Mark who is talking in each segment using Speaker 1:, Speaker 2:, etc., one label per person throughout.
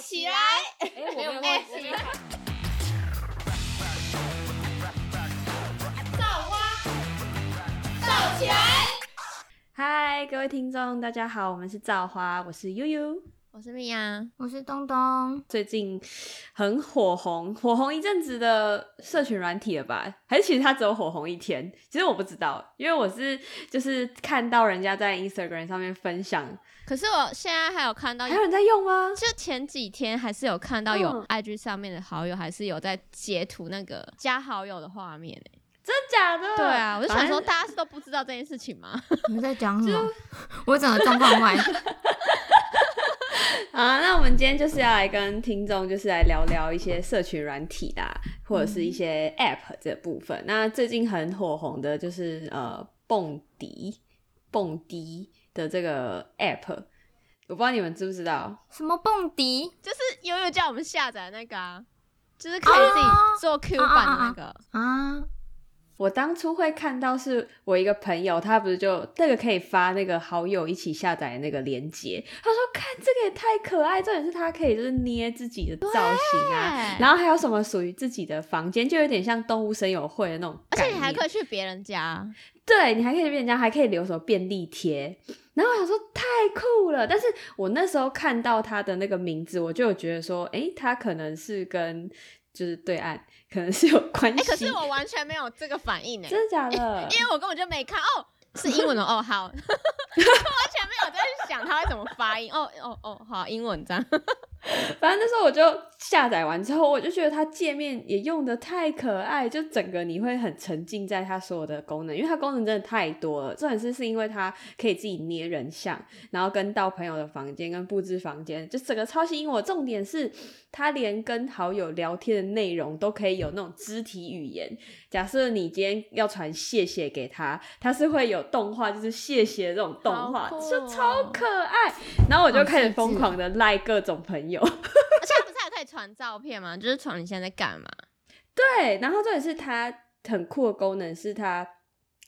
Speaker 1: 起来！
Speaker 2: 哎，我没有
Speaker 1: 哎
Speaker 2: 忘记。
Speaker 1: 造起来！
Speaker 2: 嗨，各位听众，大家好，我们是造花，我是悠悠。
Speaker 1: 我是米娅，
Speaker 3: 我是东东，
Speaker 2: 最近很火红，火红一阵子的社群软体了吧？还是其实它只有火红一天？其实我不知道，因为我是就是看到人家在 Instagram 上面分享，
Speaker 1: 可是我现在还有看到
Speaker 2: 还有人在用吗？
Speaker 1: 就前几天还是有看到有
Speaker 2: 嗯
Speaker 1: IG 上面的好友，还是有在截图那个加好友的画面、欸、
Speaker 2: 真假的？
Speaker 1: 对啊，我就想
Speaker 2: 反
Speaker 1: 说，
Speaker 2: 正
Speaker 1: 大家是都不知道这件事情 吗？
Speaker 3: 你们在讲什么？我整个状况外，
Speaker 2: 好啊，那我们今天就是要来跟听众就是来聊聊一些社群软体啦，或者是一些 App 这部分。那最近很火红的就是呃蹦迪，蹦迪的这个 App，我不知道你们知不知道？
Speaker 3: 什么蹦迪？
Speaker 1: 就是悠悠叫我们下载那个啊，就是可以自己做 Q 版的那个。
Speaker 3: 啊，
Speaker 2: 我当初会看到是我一个朋友，他不是就那个可以发那个好友一起下载的那个链接，他说看这个也太可爱，重点是他可以就是捏自己的造型啊，
Speaker 1: 哦对，
Speaker 2: 然后还有什么属于自己的房间，就有点像动物森友会的那种
Speaker 1: 而
Speaker 2: 概
Speaker 1: 且
Speaker 2: 念，
Speaker 1: 你还可以去别人家，
Speaker 2: 对你还可以变人家，还可以留什么便利贴。然后我想说太酷了，但是我那时候看到他的那个名字，我就有觉得说，诶，他可能是跟就是对岸可能是有关
Speaker 1: 哎、
Speaker 2: 系，
Speaker 1: 可是我完全没有这个反应哎、
Speaker 2: 真的假的？
Speaker 1: 因为我根本就没看哦，是英文的哦，好，我 完全没有在想它会怎么发音哦哦哦，好，英文这样，
Speaker 2: 反正那时候我就下载完之后，我就觉得它界面也用的太可爱，就整个你会很沉浸在它所有的功能，因为它功能真的太多了。重点是是因为它可以自己捏人像，然后跟到朋友的房间，跟布置房间，就整个超吸引我。重点是它连跟好友聊天的内容都可以有那种肢体语言。假设你今天要传谢谢给他，它是会有动画，就是谢谢这种动画，
Speaker 1: 好酷哦
Speaker 2: 就超可爱。然后我就开始疯狂
Speaker 1: 哦
Speaker 2: 的赖各种朋友。
Speaker 1: 而且它不是还可以传照片吗？就是传你现在在干嘛？
Speaker 2: 对，然后重点是它很酷的功能是它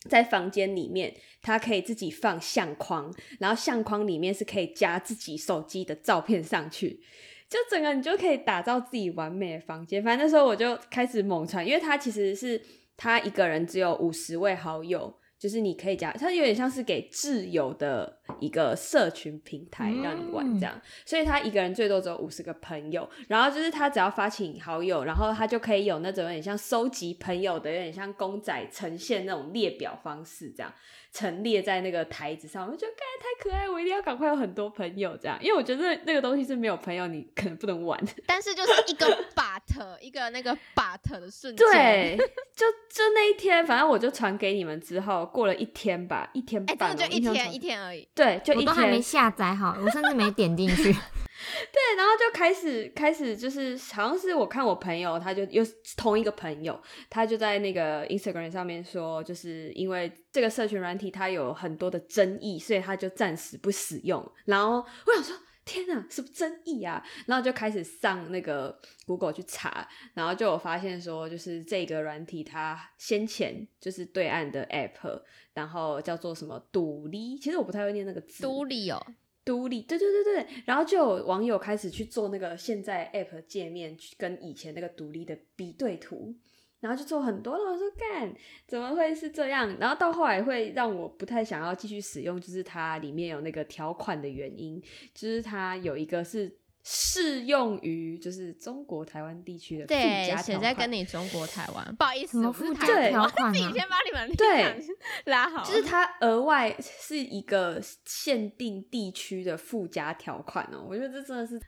Speaker 2: 在房间里面，它可以自己放相框，然后相框里面是可以加自己手机的照片上去。就整个你就可以打造自己完美的房间。反正那时候我就开始猛传，因为它其实是他一个人只有五十位好友，就是你可以加，它有点像是给挚友的一个社群平台
Speaker 3: 嗯
Speaker 2: 让你玩这样，所以他一个人最多只有五十个朋友。然后就是他只要发请好友，然后他就可以有那种有点像收集朋友的，有点像公仔呈现那种列表方式这样。陈列在那个台子上，我就觉得干太可爱，我一定要赶快有很多朋友这样，因为我觉得那个东西是没有朋友你可能不能玩。
Speaker 1: 但是就是一 个 but 一个那个 but 的瞬间，，
Speaker 2: 对，就就那一天，反正我就传给你们之后，过了一天吧，一天
Speaker 1: 哎、
Speaker 2: 半，
Speaker 1: 真的
Speaker 2: 我
Speaker 1: 就一
Speaker 2: 印象
Speaker 1: 天
Speaker 2: 中
Speaker 1: 一天而已，
Speaker 2: 对，就
Speaker 3: 我
Speaker 2: 一
Speaker 3: 都还没
Speaker 2: 天，
Speaker 3: 下载好，我甚至没点进去。
Speaker 2: 对，然后就开始开始就是好像是我看我朋友，他就又是同一个朋友，他就在那个 Instagram 上面说，就是因为这个社群软体它有很多的争议，所以他就暂时不使用。然后我想说。天呐，是不是争议啊？然后就开始上那个 Google 去查，然后就有发现说，就是这个软体它先前就是对岸的 App，然后叫做什么独立，其实我不太会念那个字，
Speaker 1: 独立哦，
Speaker 2: 独立，对对对对，然后就有网友开始去做那个现在 app 界面去跟以前那个独立的比对图，然后就做很多了。我说干，怎么会是这样？然后到后来会让我不太想要继续使用，就是它里面有那个条款的原因，就是它有一个是适用于就是中国台湾地区的附
Speaker 1: 对
Speaker 2: 加，
Speaker 1: 谁
Speaker 2: 条
Speaker 1: 在
Speaker 2: 款
Speaker 1: 跟。你中国台湾？不好意
Speaker 3: 什
Speaker 1: 思，
Speaker 3: 么
Speaker 1: 我是
Speaker 3: 附
Speaker 1: 台
Speaker 2: 加
Speaker 1: 湾
Speaker 3: 条款啊
Speaker 1: 我自己先把你 们立
Speaker 2: 对
Speaker 1: 场拉好，
Speaker 2: 就是它额外是一个限定地区的附加条款哦，我觉得这真的是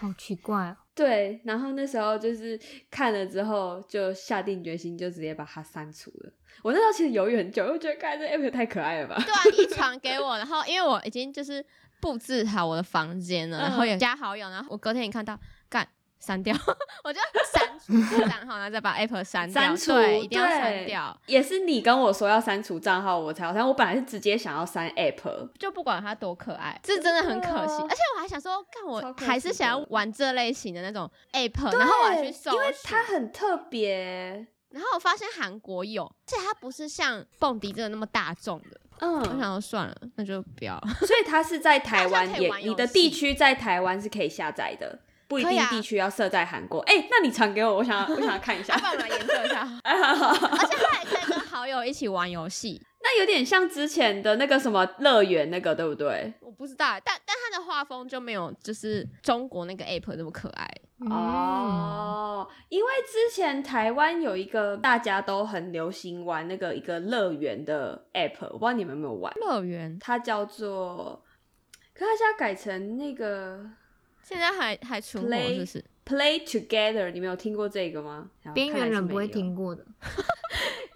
Speaker 3: 好奇怪哦，
Speaker 2: 对，然后那时候就是看了之后就下定决心，就直接把它删除了。我那时候其实犹豫很久，我觉得看这 app 也太可爱了吧。
Speaker 1: 对啊，你一传给我，然后因为我已经就是布置好我的房间了，
Speaker 2: 嗯
Speaker 1: 然后也加好友，然后我隔天一看到，干删掉， 我就删 除这个账号，然后再把 app 删掉，
Speaker 2: 删除
Speaker 1: 对，一定要删
Speaker 2: 对
Speaker 1: 掉，
Speaker 2: 也是你跟我说要删除账号，我才好像我本来是直接想要删 app，
Speaker 1: 就不管它多可爱，这真的很可惜。
Speaker 2: 对啊
Speaker 1: 而且我还想说，干
Speaker 2: 超
Speaker 1: 我
Speaker 2: 可惜的
Speaker 1: 还是想要玩这类型的那种 app，然后我还去搜
Speaker 2: 因为
Speaker 1: 寻
Speaker 2: 它很特别，
Speaker 1: 然后我发现韩国有，而且它不是像蹦迪这个那么大众的，我想
Speaker 2: 嗯，
Speaker 1: 说算了，那就不要。
Speaker 2: 所以它是在
Speaker 1: 它
Speaker 2: 台
Speaker 1: 好像
Speaker 2: 湾
Speaker 1: 可以
Speaker 2: 也
Speaker 1: 玩，游
Speaker 2: 你的地区在台湾是可以下载的，不一
Speaker 1: 可以
Speaker 2: 定
Speaker 1: 啊
Speaker 2: 地区要设在韩国。哎、那你传给我，我想要我想 要看一下，
Speaker 1: 他。帮我们研究一下
Speaker 2: 哎，好好好
Speaker 1: 而且他也可以跟好友一起玩游戏。
Speaker 2: 那有点像之前的那个什么乐园那个，对不对？
Speaker 1: 我不知道，欸但但他的画风就没有就是中国那个 app 那么可爱。
Speaker 3: 嗯哦，
Speaker 2: 哦，因为之前台湾有一个大家都很流行玩那个一个乐园的 app，我不知道你们有没有玩，
Speaker 1: 乐园
Speaker 2: 它叫做，可它现在改成那个
Speaker 1: 现在还还存活
Speaker 2: Play
Speaker 1: 是不是？
Speaker 2: Play Together，你们有听过这个吗？然后
Speaker 3: 嗯边
Speaker 2: 看来是
Speaker 3: 缘人不会
Speaker 2: 没有，
Speaker 3: 听过的。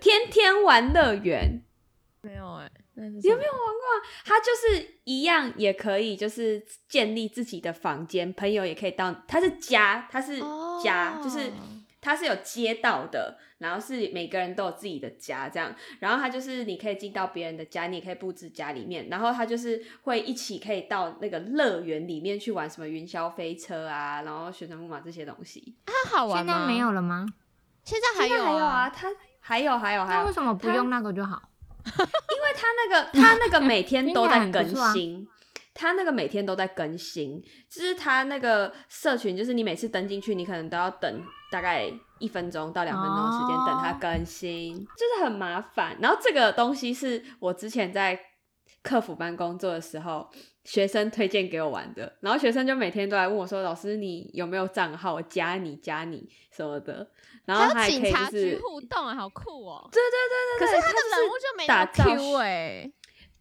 Speaker 2: 天天玩乐园。
Speaker 1: 没有哎、那是
Speaker 2: 有没
Speaker 1: 有？
Speaker 2: 它就是一样，也可以就是建立自己的房间，朋友也可以到，它是家，它是家，
Speaker 1: 哦
Speaker 2: 就是它是有街道的，然后是每个人都有自己的家这样，然后它就是你可以进到别人的家，你也可以布置家里面，然后它就是会一起可以到那个乐园里面去玩什么云霄飞车啊，然后旋转木马这些东西。
Speaker 1: 它好玩
Speaker 3: 现
Speaker 1: 吗？
Speaker 3: 在没，有了吗？
Speaker 1: 现在还
Speaker 2: 现
Speaker 1: 有
Speaker 2: 在还有啊，，它还有还有还
Speaker 3: 那
Speaker 2: 有
Speaker 3: 为，什么不
Speaker 2: 他
Speaker 3: 用那个就好？
Speaker 2: 因为他那 个他那个每天
Speaker 3: 听
Speaker 2: 都
Speaker 3: 起来
Speaker 2: 在
Speaker 3: 很不
Speaker 2: 更
Speaker 3: 错啊
Speaker 2: 新，他那个每天都在更新，就是他那个社群，就是你每次登进去，你可能都要等大概一分钟到两分钟的时间等它
Speaker 3: 哦
Speaker 2: 更新，就是很麻烦。然后这个东西是我之前在客服班工作的时候。学生推荐给我玩的，然后学生就每天都来问我说：“老师，你有没有账号？我加你，加你什么的。”然后他
Speaker 1: 还有
Speaker 2: 也可
Speaker 1: 警
Speaker 2: 以
Speaker 1: 察
Speaker 2: 就
Speaker 1: 局
Speaker 2: 是，
Speaker 1: 互动啊，好酷哦！
Speaker 2: 可是
Speaker 1: 他
Speaker 2: 他
Speaker 1: 的人
Speaker 3: 哦
Speaker 1: 物就没那
Speaker 2: 打
Speaker 1: 么
Speaker 2: 造
Speaker 1: Q 哎、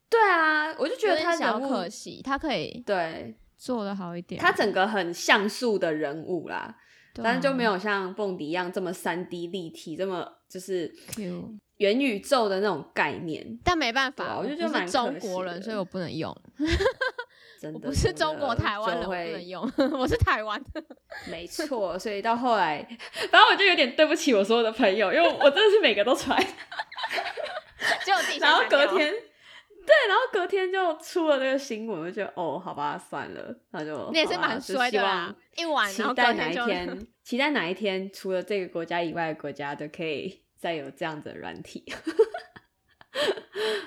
Speaker 2: 对啊，我就觉
Speaker 1: 有
Speaker 2: 得
Speaker 1: 点
Speaker 2: 他
Speaker 1: 小
Speaker 2: 人物
Speaker 1: 可惜，他可以
Speaker 2: 对，
Speaker 1: 做的好一点。
Speaker 2: 他整个很像素的人物啦，
Speaker 1: 对啊
Speaker 2: 但是就没有像蹦迪一样这么三 D 立体，这么就是
Speaker 1: Q，
Speaker 2: 元宇宙的那种概念。
Speaker 1: 但没办法，
Speaker 2: 对啊我
Speaker 1: 我
Speaker 2: 就觉
Speaker 1: 不
Speaker 2: 得蛮
Speaker 1: 是
Speaker 2: 可
Speaker 1: 中国
Speaker 2: 惜
Speaker 1: 人，
Speaker 2: 的
Speaker 1: 所以我不能用。
Speaker 2: 真的，
Speaker 1: 我不是
Speaker 2: 真
Speaker 1: 中国
Speaker 2: 的
Speaker 1: 台湾人，
Speaker 2: 就
Speaker 1: 我不能
Speaker 2: 会
Speaker 1: 用，我是台湾 的。
Speaker 2: 没错。所以到后来，反正我就有点对不起我所有的朋友，因为我真的是每个都传，
Speaker 1: 结果自己先
Speaker 2: 然后
Speaker 1: 删
Speaker 2: 隔
Speaker 1: 掉
Speaker 2: 天。对，然后隔天就出了那个新闻，我就觉得哦，好吧，算了，那就
Speaker 1: 你也
Speaker 2: 好
Speaker 1: 是
Speaker 2: 吧
Speaker 1: 蛮
Speaker 2: 就
Speaker 1: 衰
Speaker 2: 希
Speaker 1: 的
Speaker 2: 望
Speaker 1: 啦，一晚
Speaker 2: 期
Speaker 1: 然后隔
Speaker 2: 待哪一
Speaker 1: 就
Speaker 2: 天，期待哪一天，除了这个国家以外的国家都可以再有这样子的软体。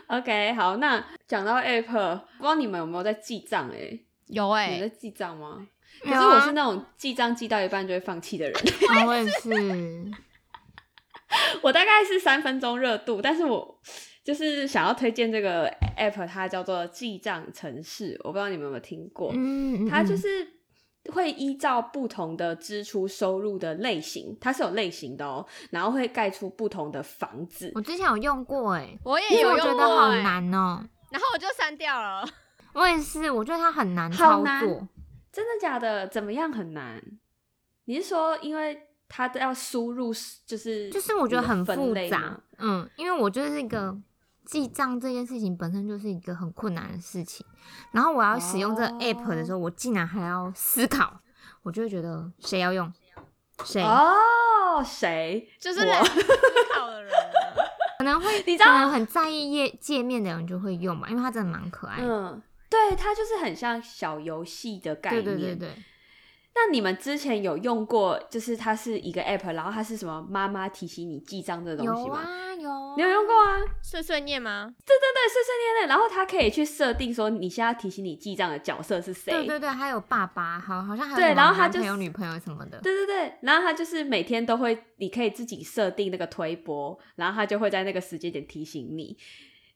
Speaker 2: OK，好，那讲到 App，不知道你们有没有在记账、欸？
Speaker 1: 有
Speaker 2: 哎、你
Speaker 1: 哎、
Speaker 2: 们在记账吗？可
Speaker 3: 有
Speaker 2: 是
Speaker 3: 啊
Speaker 2: 我是那种记账记到一半就会放弃的人，
Speaker 3: 啊，我也是。
Speaker 2: 我大概是三分钟热度，但是我就是想要推荐这个 App，它叫做记账城市，我不知道你们有没有听过。
Speaker 3: 嗯，嗯
Speaker 2: 它就
Speaker 3: 嗯
Speaker 2: 是会依照不同的支出、收入的类型，它是有类型的哦，然后会盖出不同的房子
Speaker 3: 我。之前有用过哎，
Speaker 1: 我
Speaker 3: 因
Speaker 1: 也
Speaker 3: 为
Speaker 1: 有
Speaker 3: 我觉
Speaker 1: 用
Speaker 3: 得
Speaker 1: 过
Speaker 3: 好
Speaker 1: 哎、
Speaker 3: 难哦。
Speaker 1: 然后我就删掉了。
Speaker 3: 我也是，我觉得它很难
Speaker 2: 好
Speaker 3: 操
Speaker 2: 难
Speaker 3: 作。
Speaker 2: 真的假的？怎么样很难？你是说因为它都要输入，就是
Speaker 3: 就是我觉得
Speaker 2: 你的
Speaker 3: 很
Speaker 2: 分
Speaker 3: 复
Speaker 2: 类
Speaker 3: 杂
Speaker 2: 吗，
Speaker 3: 嗯，因为我就是一个记账这件事情本身就是一个很困难的事情，然后我要使用这个
Speaker 2: 哦
Speaker 3: app 的时候，我竟然还要思考，我就会觉得谁要用谁，
Speaker 2: 哦，谁？
Speaker 1: 就是懒
Speaker 2: 我
Speaker 1: 得思考的 人啊，
Speaker 3: 可能会
Speaker 2: 你知
Speaker 3: 可
Speaker 2: 道？
Speaker 3: 能很在意页界面的人就会用嘛，因为它真的蛮可爱的。
Speaker 2: 嗯，对，它就是很像小游戏的概
Speaker 3: 对
Speaker 2: 念。
Speaker 3: 对对对，
Speaker 2: 那你们之前有用过，就是它是一个 app，然后它是什么妈妈提醒你记账这东西
Speaker 3: 有
Speaker 2: 吗？
Speaker 3: 啊有，
Speaker 2: 你有用过啊？
Speaker 1: 碎碎念吗？
Speaker 2: 对，碎碎念念，然后他可以去设定说你现在提醒你记账的角色是谁。
Speaker 3: 对对对，还有爸爸，好好像还有
Speaker 2: 对
Speaker 3: 什么
Speaker 2: 然后它
Speaker 3: 男
Speaker 2: 就
Speaker 3: 朋友、
Speaker 2: 是
Speaker 3: 女朋友什么的，
Speaker 2: 对对对然后他就是每天都会，你可以自己设定那个推播，然后他就会在那个时间点提醒你。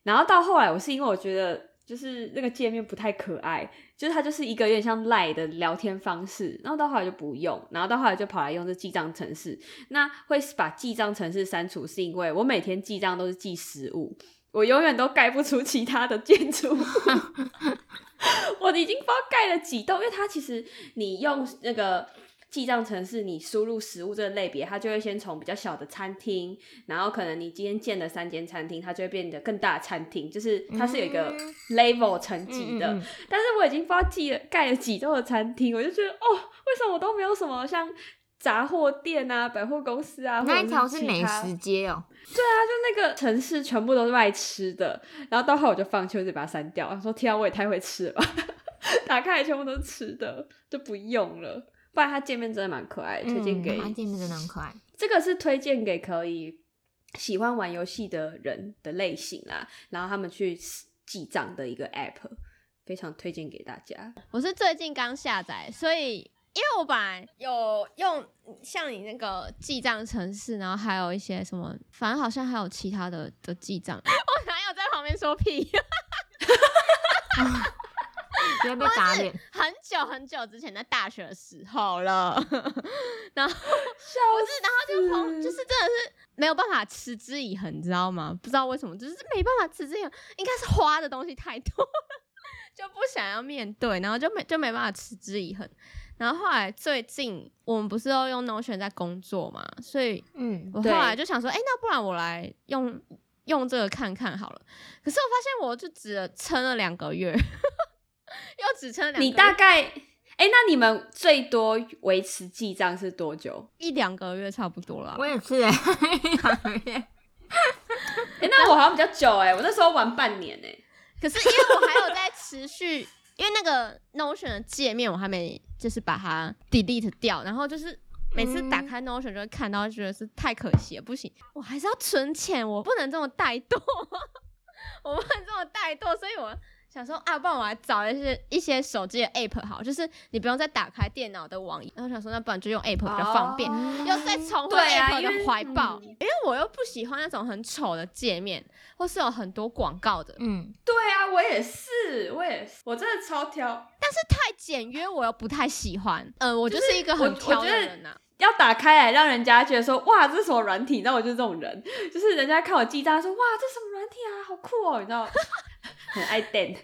Speaker 2: 然后到后来，我是因为我觉得就是那个界面不太可爱，就是它就是一个有点像赖的聊天方式，然后到后来就不用，然后到后来就跑来用这记账程式。那会把记账程式删除，是因为我每天记账都是记食物，我永远都盖不出其他的建筑 物。我已经不知道盖了几栋，因为它其实你用那个记账程式，你输入食物这个类别，它就会先从比较小的餐厅，然后可能你今天建了三间餐厅，它就会变得更大的餐厅，就是它是有一个
Speaker 3: 嗯
Speaker 2: level 层级
Speaker 3: 嗯
Speaker 2: 的。
Speaker 3: 嗯嗯
Speaker 2: 但是我已经不知道记了盖了几栋的餐厅，我就觉得哦，为什么我都没有什么像杂货店啊、百货公司啊，
Speaker 3: 那
Speaker 2: 或
Speaker 3: 一
Speaker 2: 者
Speaker 3: 条是
Speaker 2: 其
Speaker 3: 美
Speaker 2: 他
Speaker 3: 食街哦，
Speaker 2: 那个城市全部都是卖吃的，然后到后来我就放弃，我就把它删掉。我说天啊，我也太会吃了吧！ 打开来全部都是吃的，就不用了。不然它界面真的蛮可爱的，推荐
Speaker 3: 嗯
Speaker 2: 给、
Speaker 3: 它界面真的很可爱。
Speaker 2: 这个是推荐给可以喜欢玩游戏的人的类型啦，然后他们去记账的一个 app，非常推荐给大家。
Speaker 1: 我是最近刚下载，所以。因为我本来有用像你那个记账程式，然后还有一些什么，反正好像还有其他的的记账。 我哪有在旁边说屁？
Speaker 3: 直接被打脸。
Speaker 1: 很久很久之前，在大学的时候了。 然后
Speaker 2: 笑
Speaker 1: 不是，然后就从就是真的是没有办法持之以恒，你知道吗？不知道为什么，就是没办法持之以恒，应该是花的东西太多了， 就不想要面对，然后就没就没办法持之以恒。然后后来最近我们不是都用 Notion 在工作嘛，所以
Speaker 3: 嗯，
Speaker 1: 我后
Speaker 2: 对
Speaker 1: 来就想说，哎、那不然我来用用这个看看好了。可是我发现我就只撑了两个月， 又只撑了两个月
Speaker 2: 你大概哎、那你们最多维持记账是多久？
Speaker 1: 一两个月差不多了
Speaker 3: 我。也是哎、 欸，
Speaker 2: 哎、那我好像比较久哎、我那时候玩半年哎、
Speaker 1: 可是因为我还有在持续，因为那个 Notion 的界面我还没就是把它 delete 掉，然后就是每次打开 Notion 就会看到，觉得是太可惜了，不行，我还是要存钱，我不能这么怠惰， 我不能这么怠惰，所以我。想说啊，不然我来找一些一些手机的 app 好，就是你不用再打开电脑的网页。然后想说，那不然就用 app 比较方便。
Speaker 2: 哦
Speaker 1: 又再重回
Speaker 2: 对啊
Speaker 1: Apple
Speaker 2: 因为
Speaker 1: 的怀抱，
Speaker 2: 嗯
Speaker 1: 因为我又不喜欢那种很丑的界面，或是有很多广告的，
Speaker 3: 嗯，
Speaker 2: 对啊，我也是，我也是，我真的超挑，
Speaker 1: 但是太简约我又不太喜欢。嗯，我就是一个
Speaker 2: 我
Speaker 1: 很挑
Speaker 2: 我
Speaker 1: 的
Speaker 2: 觉得
Speaker 1: 人啊呐、
Speaker 2: 要打开来让人家觉得说哇，这是什么软体？你知道我就是这种人，就是人家看我记账说哇，这什么软体啊，好酷哦，你知道， 很爱 d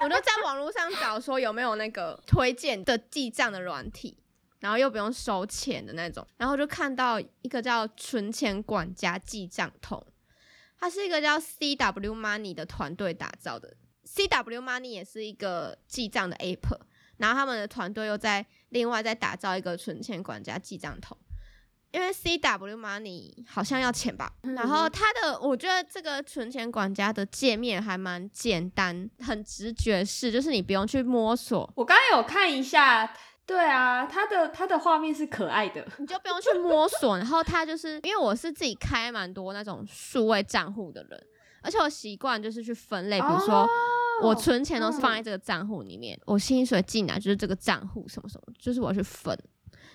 Speaker 1: 我就在网络上找说有没有那个推荐的记账的软体，然后又不用收钱的那种，然后就看到一个叫“存钱管家记账通”，它是一个叫 CW Money 的团队打造的。CW Money 也是一个记账的 app，然后他们的团队又在另外再打造一个存钱管家记账通。因为 CW Money 好像要钱吧，然后它的我觉得这个存钱管家的界面还蛮简单，很直觉式，就是你不用去摸索，
Speaker 2: 我刚刚有看一下，对啊，它的它的画面是可爱的，
Speaker 1: 你就不用去摸索。然后它就是因为我是自己开蛮多那种数位账户的人，而且我习惯就是去分类，比如说
Speaker 2: 哦
Speaker 1: 我存钱都是放在这个账户里面，我薪水进来就是这个账户什么什么，就是我去分。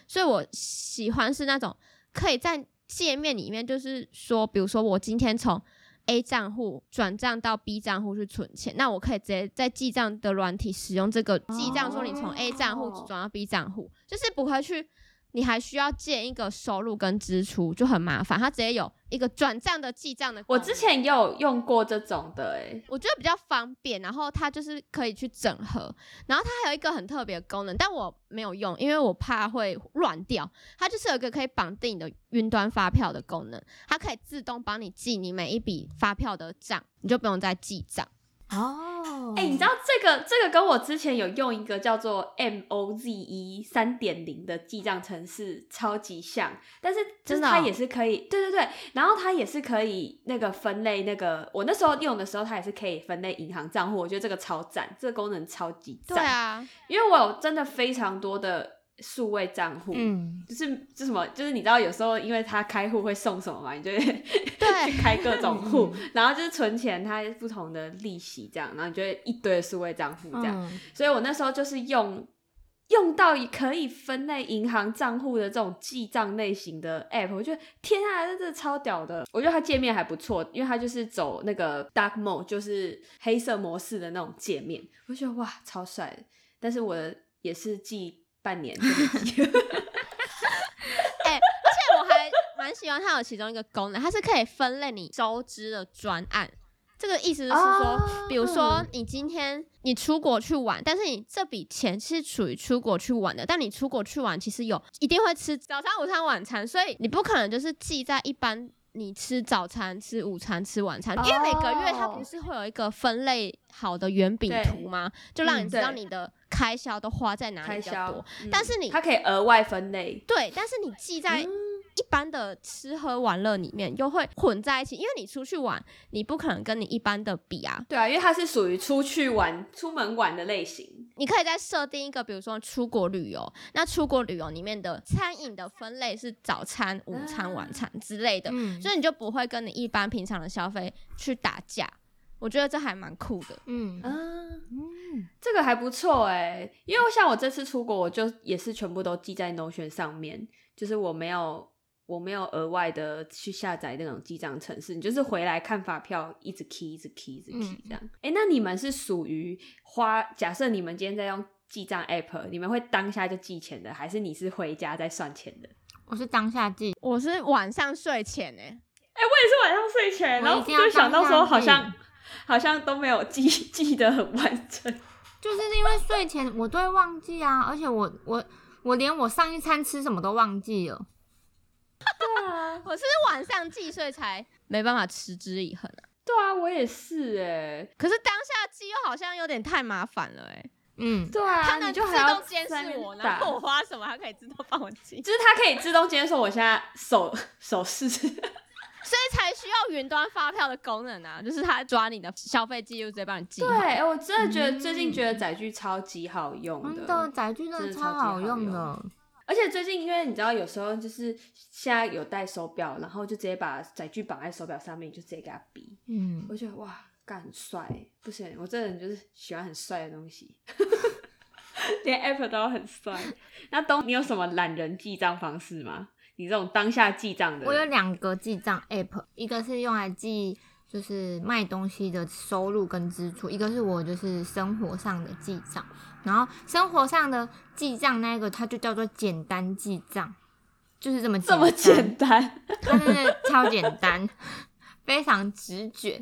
Speaker 1: 所以我喜欢是那种可以在界面里面，就是说，比如说我今天从 A 账户转账到 B 账户去存钱，那我可以直接在记账的软体使用这个记账，说你从 A 账户
Speaker 2: 哦
Speaker 1: 转到 B 账户，就是不会去。你还需要建一个收入跟支出，就很麻烦。它直接有一个转账的记账的功
Speaker 2: 我
Speaker 1: 能。
Speaker 2: 之前也有用过这种的、欸，
Speaker 1: 我觉得比较方便，然后它就是可以去整合，然后它还有一个很特别的功能，但我没有用，因为我怕会乱掉。它就是有一个可以绑定你的云端发票的功能，它可以自动帮你记你每一笔发票的账，你就不用再记账。
Speaker 3: 哦，
Speaker 2: 哎、你知道这个这个跟我之前有用一个叫做 M O Z E 三点零的记账程式超级像，但是就
Speaker 1: 真
Speaker 2: 是
Speaker 1: 的哦
Speaker 2: 它也是可以，对对对，然后它也是可以那个分类那个，我那时候用的时候它也是可以分类银行账户，我觉得这个超赞，这个功能超级赞，
Speaker 1: 对，啊，
Speaker 2: 因为我有真的非常多的数位账户，。
Speaker 3: 嗯，
Speaker 2: 就是就是什么，就是你知道有时候因为他开户会送什么嘛，你就会
Speaker 1: 对
Speaker 2: 去开各种户，然后就是存钱，它不同的利息这样，然后你就会一堆的数位账户这样。
Speaker 3: 嗯
Speaker 2: 所以我那时候就是用用到可以分类银行账户的这种记账类型的 app，我觉得天啊，这真的超屌的！我觉得它界面还不错，因为它就是走那个 dark mode，就是黑色模式的那种界面，我觉得哇，超帅的。但是我的也是记半年就没记了。
Speaker 1: 哎、而且我还蛮喜欢它有其中一个功能，它是可以分类你收支的专案。这个意思就是说，
Speaker 2: 哦
Speaker 1: 比如说你今天你出国去玩，但是你这笔钱是属于出国去玩的，但你出国去玩其实有一定会吃早餐、午餐、晚餐，所以你不可能就是记在一般你吃早餐、吃午餐、吃晚餐，因为每个月它
Speaker 2: 哦
Speaker 1: 不是会有一个分类好的圆饼
Speaker 2: 对
Speaker 1: 图吗？就让你知道
Speaker 2: 嗯对
Speaker 1: 你的开销都花在哪里
Speaker 2: 开
Speaker 1: 比较
Speaker 2: 销
Speaker 1: 多。，
Speaker 2: 嗯
Speaker 1: 但是你
Speaker 2: 它可以额外分类。
Speaker 1: 对，但是你记在
Speaker 2: 嗯
Speaker 1: 一般的吃喝玩乐里面，又会混在一起，因为你出去玩，你不可能跟你一般的比啊。
Speaker 2: 对啊，因为它是属于出去玩、出门玩的类型。
Speaker 1: 你可以再设定一个，比如说出国旅游，那出国旅游里面的餐饮的分类是早餐、午啊餐、晚餐之类的，
Speaker 3: 嗯
Speaker 1: 所以你就不会跟你一般平常的消费去打架。我觉得这还蛮酷的。
Speaker 3: 嗯
Speaker 2: 啊，
Speaker 3: 嗯，
Speaker 2: 这个还不错哎、因为像我这次出国，我就也是全部都记在 Notion 上面，就是我没有我没有额外的去下载那种记账程式，你就是回来看发票，一直 key 一直 key 一直 key
Speaker 3: 嗯
Speaker 2: 这样。哎、那你们是属于花？假设你们今天在用记账 app，你们会当下就记钱的，还是你是回家再算钱的？
Speaker 3: 我是当下记，
Speaker 1: 我是晚上睡前哎、
Speaker 2: 哎、我也是晚上睡前，
Speaker 3: 我
Speaker 2: 哎然后
Speaker 3: 一定要
Speaker 2: 就想到说好
Speaker 3: 当下嗯
Speaker 2: 像好像都没有记 记得很完整。
Speaker 3: 就是因为睡前我都会忘记啊，而且我我我连我上一餐吃什么都忘记了。
Speaker 2: 对啊。
Speaker 1: 我是晚上记，所以才没办法持之以恒、啊、
Speaker 2: 对啊，我也是哎、
Speaker 1: 可是当下记又好像有点太麻烦了哎、
Speaker 3: 嗯，
Speaker 2: 对啊，
Speaker 1: 他
Speaker 2: 你
Speaker 1: 能自
Speaker 2: 就还要
Speaker 1: 动监
Speaker 2: 在那
Speaker 1: 视
Speaker 2: 边
Speaker 1: 我，然
Speaker 2: 打
Speaker 1: 后我花什么，他可以自动帮我记，
Speaker 2: 就是它可以自动监视我现在手 手 势，
Speaker 1: 所以才需要云端发票的功能啊，就是他抓你的消费记录，直接帮你记
Speaker 2: 对，
Speaker 1: 好。
Speaker 2: 哎我真的觉得、最近觉得载具超级好用
Speaker 1: 嗯
Speaker 3: 真的载具真
Speaker 2: 真
Speaker 3: 的
Speaker 2: 的
Speaker 3: 超
Speaker 2: 超级
Speaker 3: 好
Speaker 2: 好
Speaker 3: 用
Speaker 2: 用
Speaker 3: 的。
Speaker 2: 而且最近因为你知道有时候就是现在有戴手表，然后就直接把载具绑在手表上面，你就直接给它比，
Speaker 3: 嗯，
Speaker 2: 我就觉得哇，干很帅，欸不行，我这人就是喜欢很帅的东西。 连 App 都很帅。那东，你有什么懒人记账方式吗？你这种当下记账的人，
Speaker 3: 我有两个记账 app，一个是用来记就是卖东西的收入跟支出，一个是我就是生活上的记账。然后生活上的记账那一个，它就叫做简单记账，就是这么
Speaker 2: 这么简单。
Speaker 3: 它真的超简单， 非常直觉，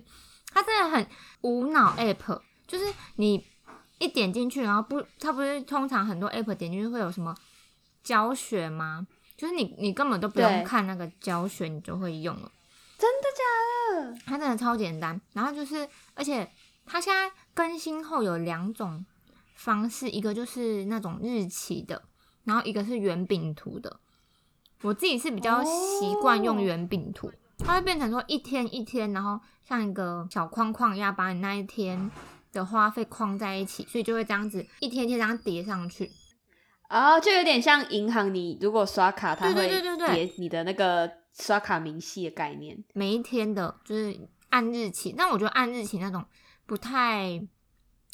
Speaker 3: 它真的很无脑 app，就是你一点进去，然后不，它不是通常很多 app 点进去会有什么教学吗？就是你你根本都不
Speaker 2: 对
Speaker 3: 用看那个教学，你就会用了。真的假的？它真的超简单，然后就是而且它现在更新后有两种方式，一个就是那种日期的，然后一个是圆饼图的。我自己是比较习惯用
Speaker 2: 哦
Speaker 3: 圆饼图，它会变成说一天一天，然后像一个小框框一样，把你那一天的花费框在一起，所以就会这样子一天一天这样叠上去。
Speaker 2: 哦，就有点像银行，你如果刷卡，它
Speaker 3: 对对
Speaker 2: 会
Speaker 3: 对对对
Speaker 2: 叠你的那个刷卡明细的概念。
Speaker 3: 每一天的，就是按日期。但我觉得按日期那种不太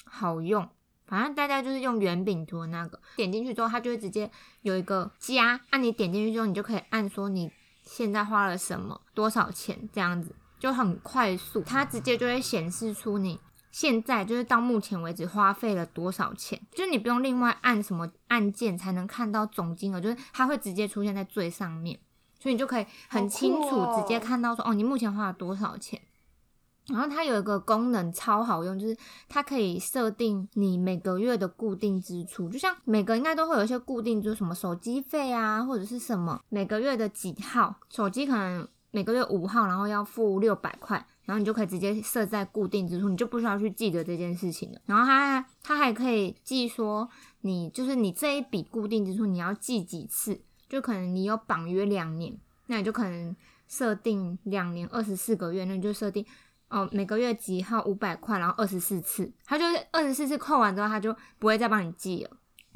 Speaker 3: 好用，反正大家就是用圆饼图的那个，点进去之后，它就会直接有一个加，按、你点进去之后，你就可以按说你现在花了什么多少钱这样子，就很快速，它直接就会显示出你。现在就是到目前为止花费了多少钱，就是你不用另外按什么按键才能看到总金额，就是它会直接出现在最上面，所以你就可以很清
Speaker 2: 好酷
Speaker 3: 楚
Speaker 2: 哦
Speaker 3: 直接看到说哦，你目前花了多少钱。然后它有一个功能超好用，就是它可以设定你每个月的固定支出，就像每个应该都会有一些固定，就是什么手机费啊，或者是什么每个月的几号，手机可能每个月五号，然后要付六百块，然后你就可以直接设在固定支出，你就不需要去记得这件事情了。然后它它还可以记说你就是你这一笔固定支出你要记几次，就可能你有绑约两年，那你就可能设定两年二十四个月，那你就设定哦，每个月几号五百块，然后二十四次，它就是二十四次扣完之后，它就不会再帮你记了，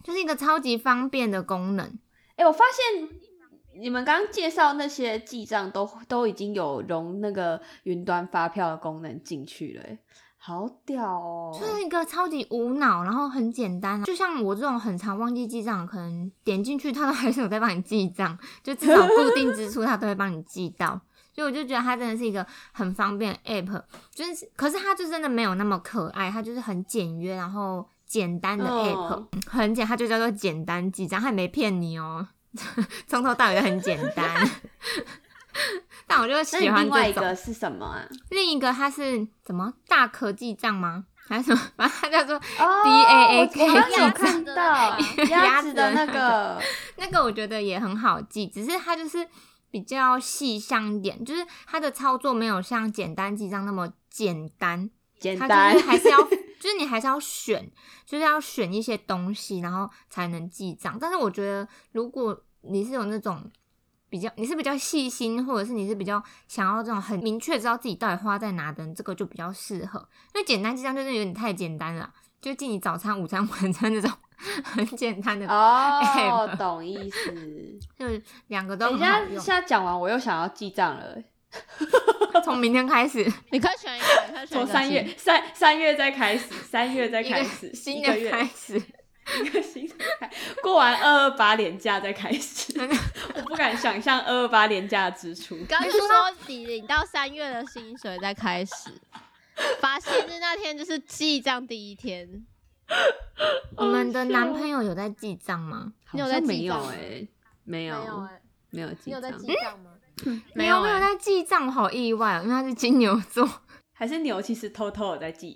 Speaker 3: 就是一个超级方便的功能。
Speaker 2: 哎、我发现你们刚刚介绍那些记账都都已经有融那个云端发票的功能进去了、欸，好屌哦！
Speaker 3: 就是一个超级无脑，然后很简单，啊就像我这种很常忘记记账，可能点进去它都还是有在帮你记账，就至少固定支出它都会帮你记到，所以我就觉得它真的是一个很方便的 app，就是可是它就真的没有那么可爱，它就是很简约，然后简单的 app，、
Speaker 2: 嗯
Speaker 3: 很简，它就叫做简单记账，它也没骗你哦，从头到尾都很简 单。但我就
Speaker 2: 那你
Speaker 3: 喜欢
Speaker 2: 另外
Speaker 3: 这
Speaker 2: 一
Speaker 3: 种。
Speaker 2: 个是什么啊？
Speaker 3: 另一个它是怎么大可记账吗？还是什么？反正它叫做
Speaker 2: 哦
Speaker 3: DAAK
Speaker 2: 我好像有
Speaker 3: 记
Speaker 2: 看
Speaker 1: 账
Speaker 2: 到 鸭
Speaker 3: 鸭
Speaker 2: 子
Speaker 3: 子
Speaker 2: 的
Speaker 3: 的
Speaker 2: 那
Speaker 3: 那
Speaker 2: 个
Speaker 3: 个，那个，我觉得也很好记，只是它就是比较细项一点，就是它的操作没有像简单记账那么简单，
Speaker 2: 简
Speaker 3: 它
Speaker 2: 单
Speaker 3: 就是还是 要，就是你还是要选，就是要选一些东西，然后才能记账。但是我觉得，如果你是有那种比较，你是比较细心，或者是你是比较想要这种很明确知道自己到底花在哪的人，这个就比较适合。因为简单记账就是有点太简单了啊，就记你早餐、午餐、晚餐这种 很简单的，
Speaker 2: 哦，
Speaker 3: App
Speaker 2: 懂意思。
Speaker 3: 就是两个都
Speaker 2: 等一
Speaker 3: 很
Speaker 2: 下
Speaker 3: 好，用
Speaker 2: 现。在讲完我又想要记账了欸、
Speaker 3: 从明天开始，
Speaker 1: 你可以选一个，你可以选一
Speaker 2: 从
Speaker 1: 个
Speaker 2: 三月三三月再开始，三月再
Speaker 3: 一个
Speaker 2: 开始，
Speaker 3: 新
Speaker 2: 一个
Speaker 3: 的
Speaker 2: 月
Speaker 3: 开 始，
Speaker 2: 一个新的开，过完二二八年假再开 始，我不敢想象二二八年假的支出。
Speaker 1: 刚刚就说 你领到三月的薪水再开始，发薪日那天就是记账第一天，
Speaker 3: 我们的男朋友有在记账吗？
Speaker 1: 你有
Speaker 2: 好
Speaker 1: 在记
Speaker 2: 像没有
Speaker 1: 账吗
Speaker 2: 哎、没有
Speaker 1: 哎，
Speaker 2: 没有记账，
Speaker 1: 账吗？
Speaker 3: 没
Speaker 1: 没有
Speaker 3: 没有
Speaker 1: 哎
Speaker 3: 欸在记账，我好意外哦，因为他是金牛座。
Speaker 2: 还是牛其实偷偷有在记。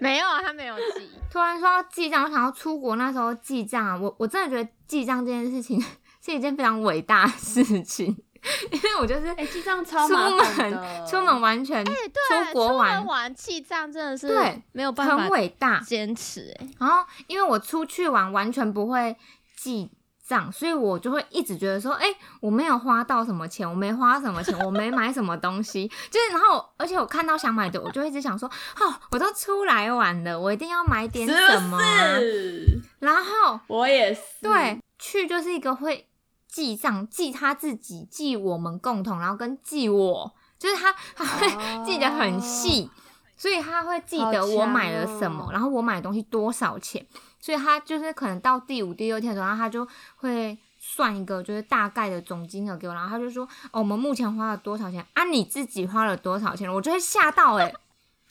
Speaker 1: 没有啊，他没有 记。
Speaker 3: 突然说到记账，我想要出国那时候记账啊，我我真的觉得记账这件事情 是一件非常伟大的事情， 因为我就是
Speaker 2: 哎、记账超
Speaker 3: 出
Speaker 2: 麻烦
Speaker 3: 门
Speaker 2: 的，
Speaker 3: 出门完全
Speaker 1: 对，啊
Speaker 3: 出
Speaker 1: 出
Speaker 3: 国
Speaker 1: 玩
Speaker 3: 玩
Speaker 1: 玩记账真的是
Speaker 3: 对
Speaker 1: 没有办
Speaker 3: 很
Speaker 1: 法
Speaker 3: 伟大，
Speaker 1: 坚持哎、
Speaker 3: 然后因为我出去玩完全不会记账，所以我就会一直觉得说，哎、我没有花到什么钱，我没花什么钱，我没买什么东西， 就是然后而且我看到想买的，我就一直想说，哦，我都出来玩了，我一定要买点
Speaker 2: 是
Speaker 3: 什么
Speaker 2: 不
Speaker 3: 啊、
Speaker 2: 是？
Speaker 3: 然后
Speaker 2: 我也是，
Speaker 3: 对，去就是一个会记账，记他自己，记我们共同，然后跟记我，就是他 他会记得很细，所以他会记
Speaker 2: 好
Speaker 3: 得我
Speaker 2: 哦强
Speaker 3: 买了什么，
Speaker 2: 哦
Speaker 3: 然后我买的东西多少钱，所以他就是可能到第五、第六天的时候，然后他就会。算一个就是大概的总金额给我，然后他就说：“哦，我们目前花了多少钱啊？你自己花了多少钱？”我就会吓到哎、欸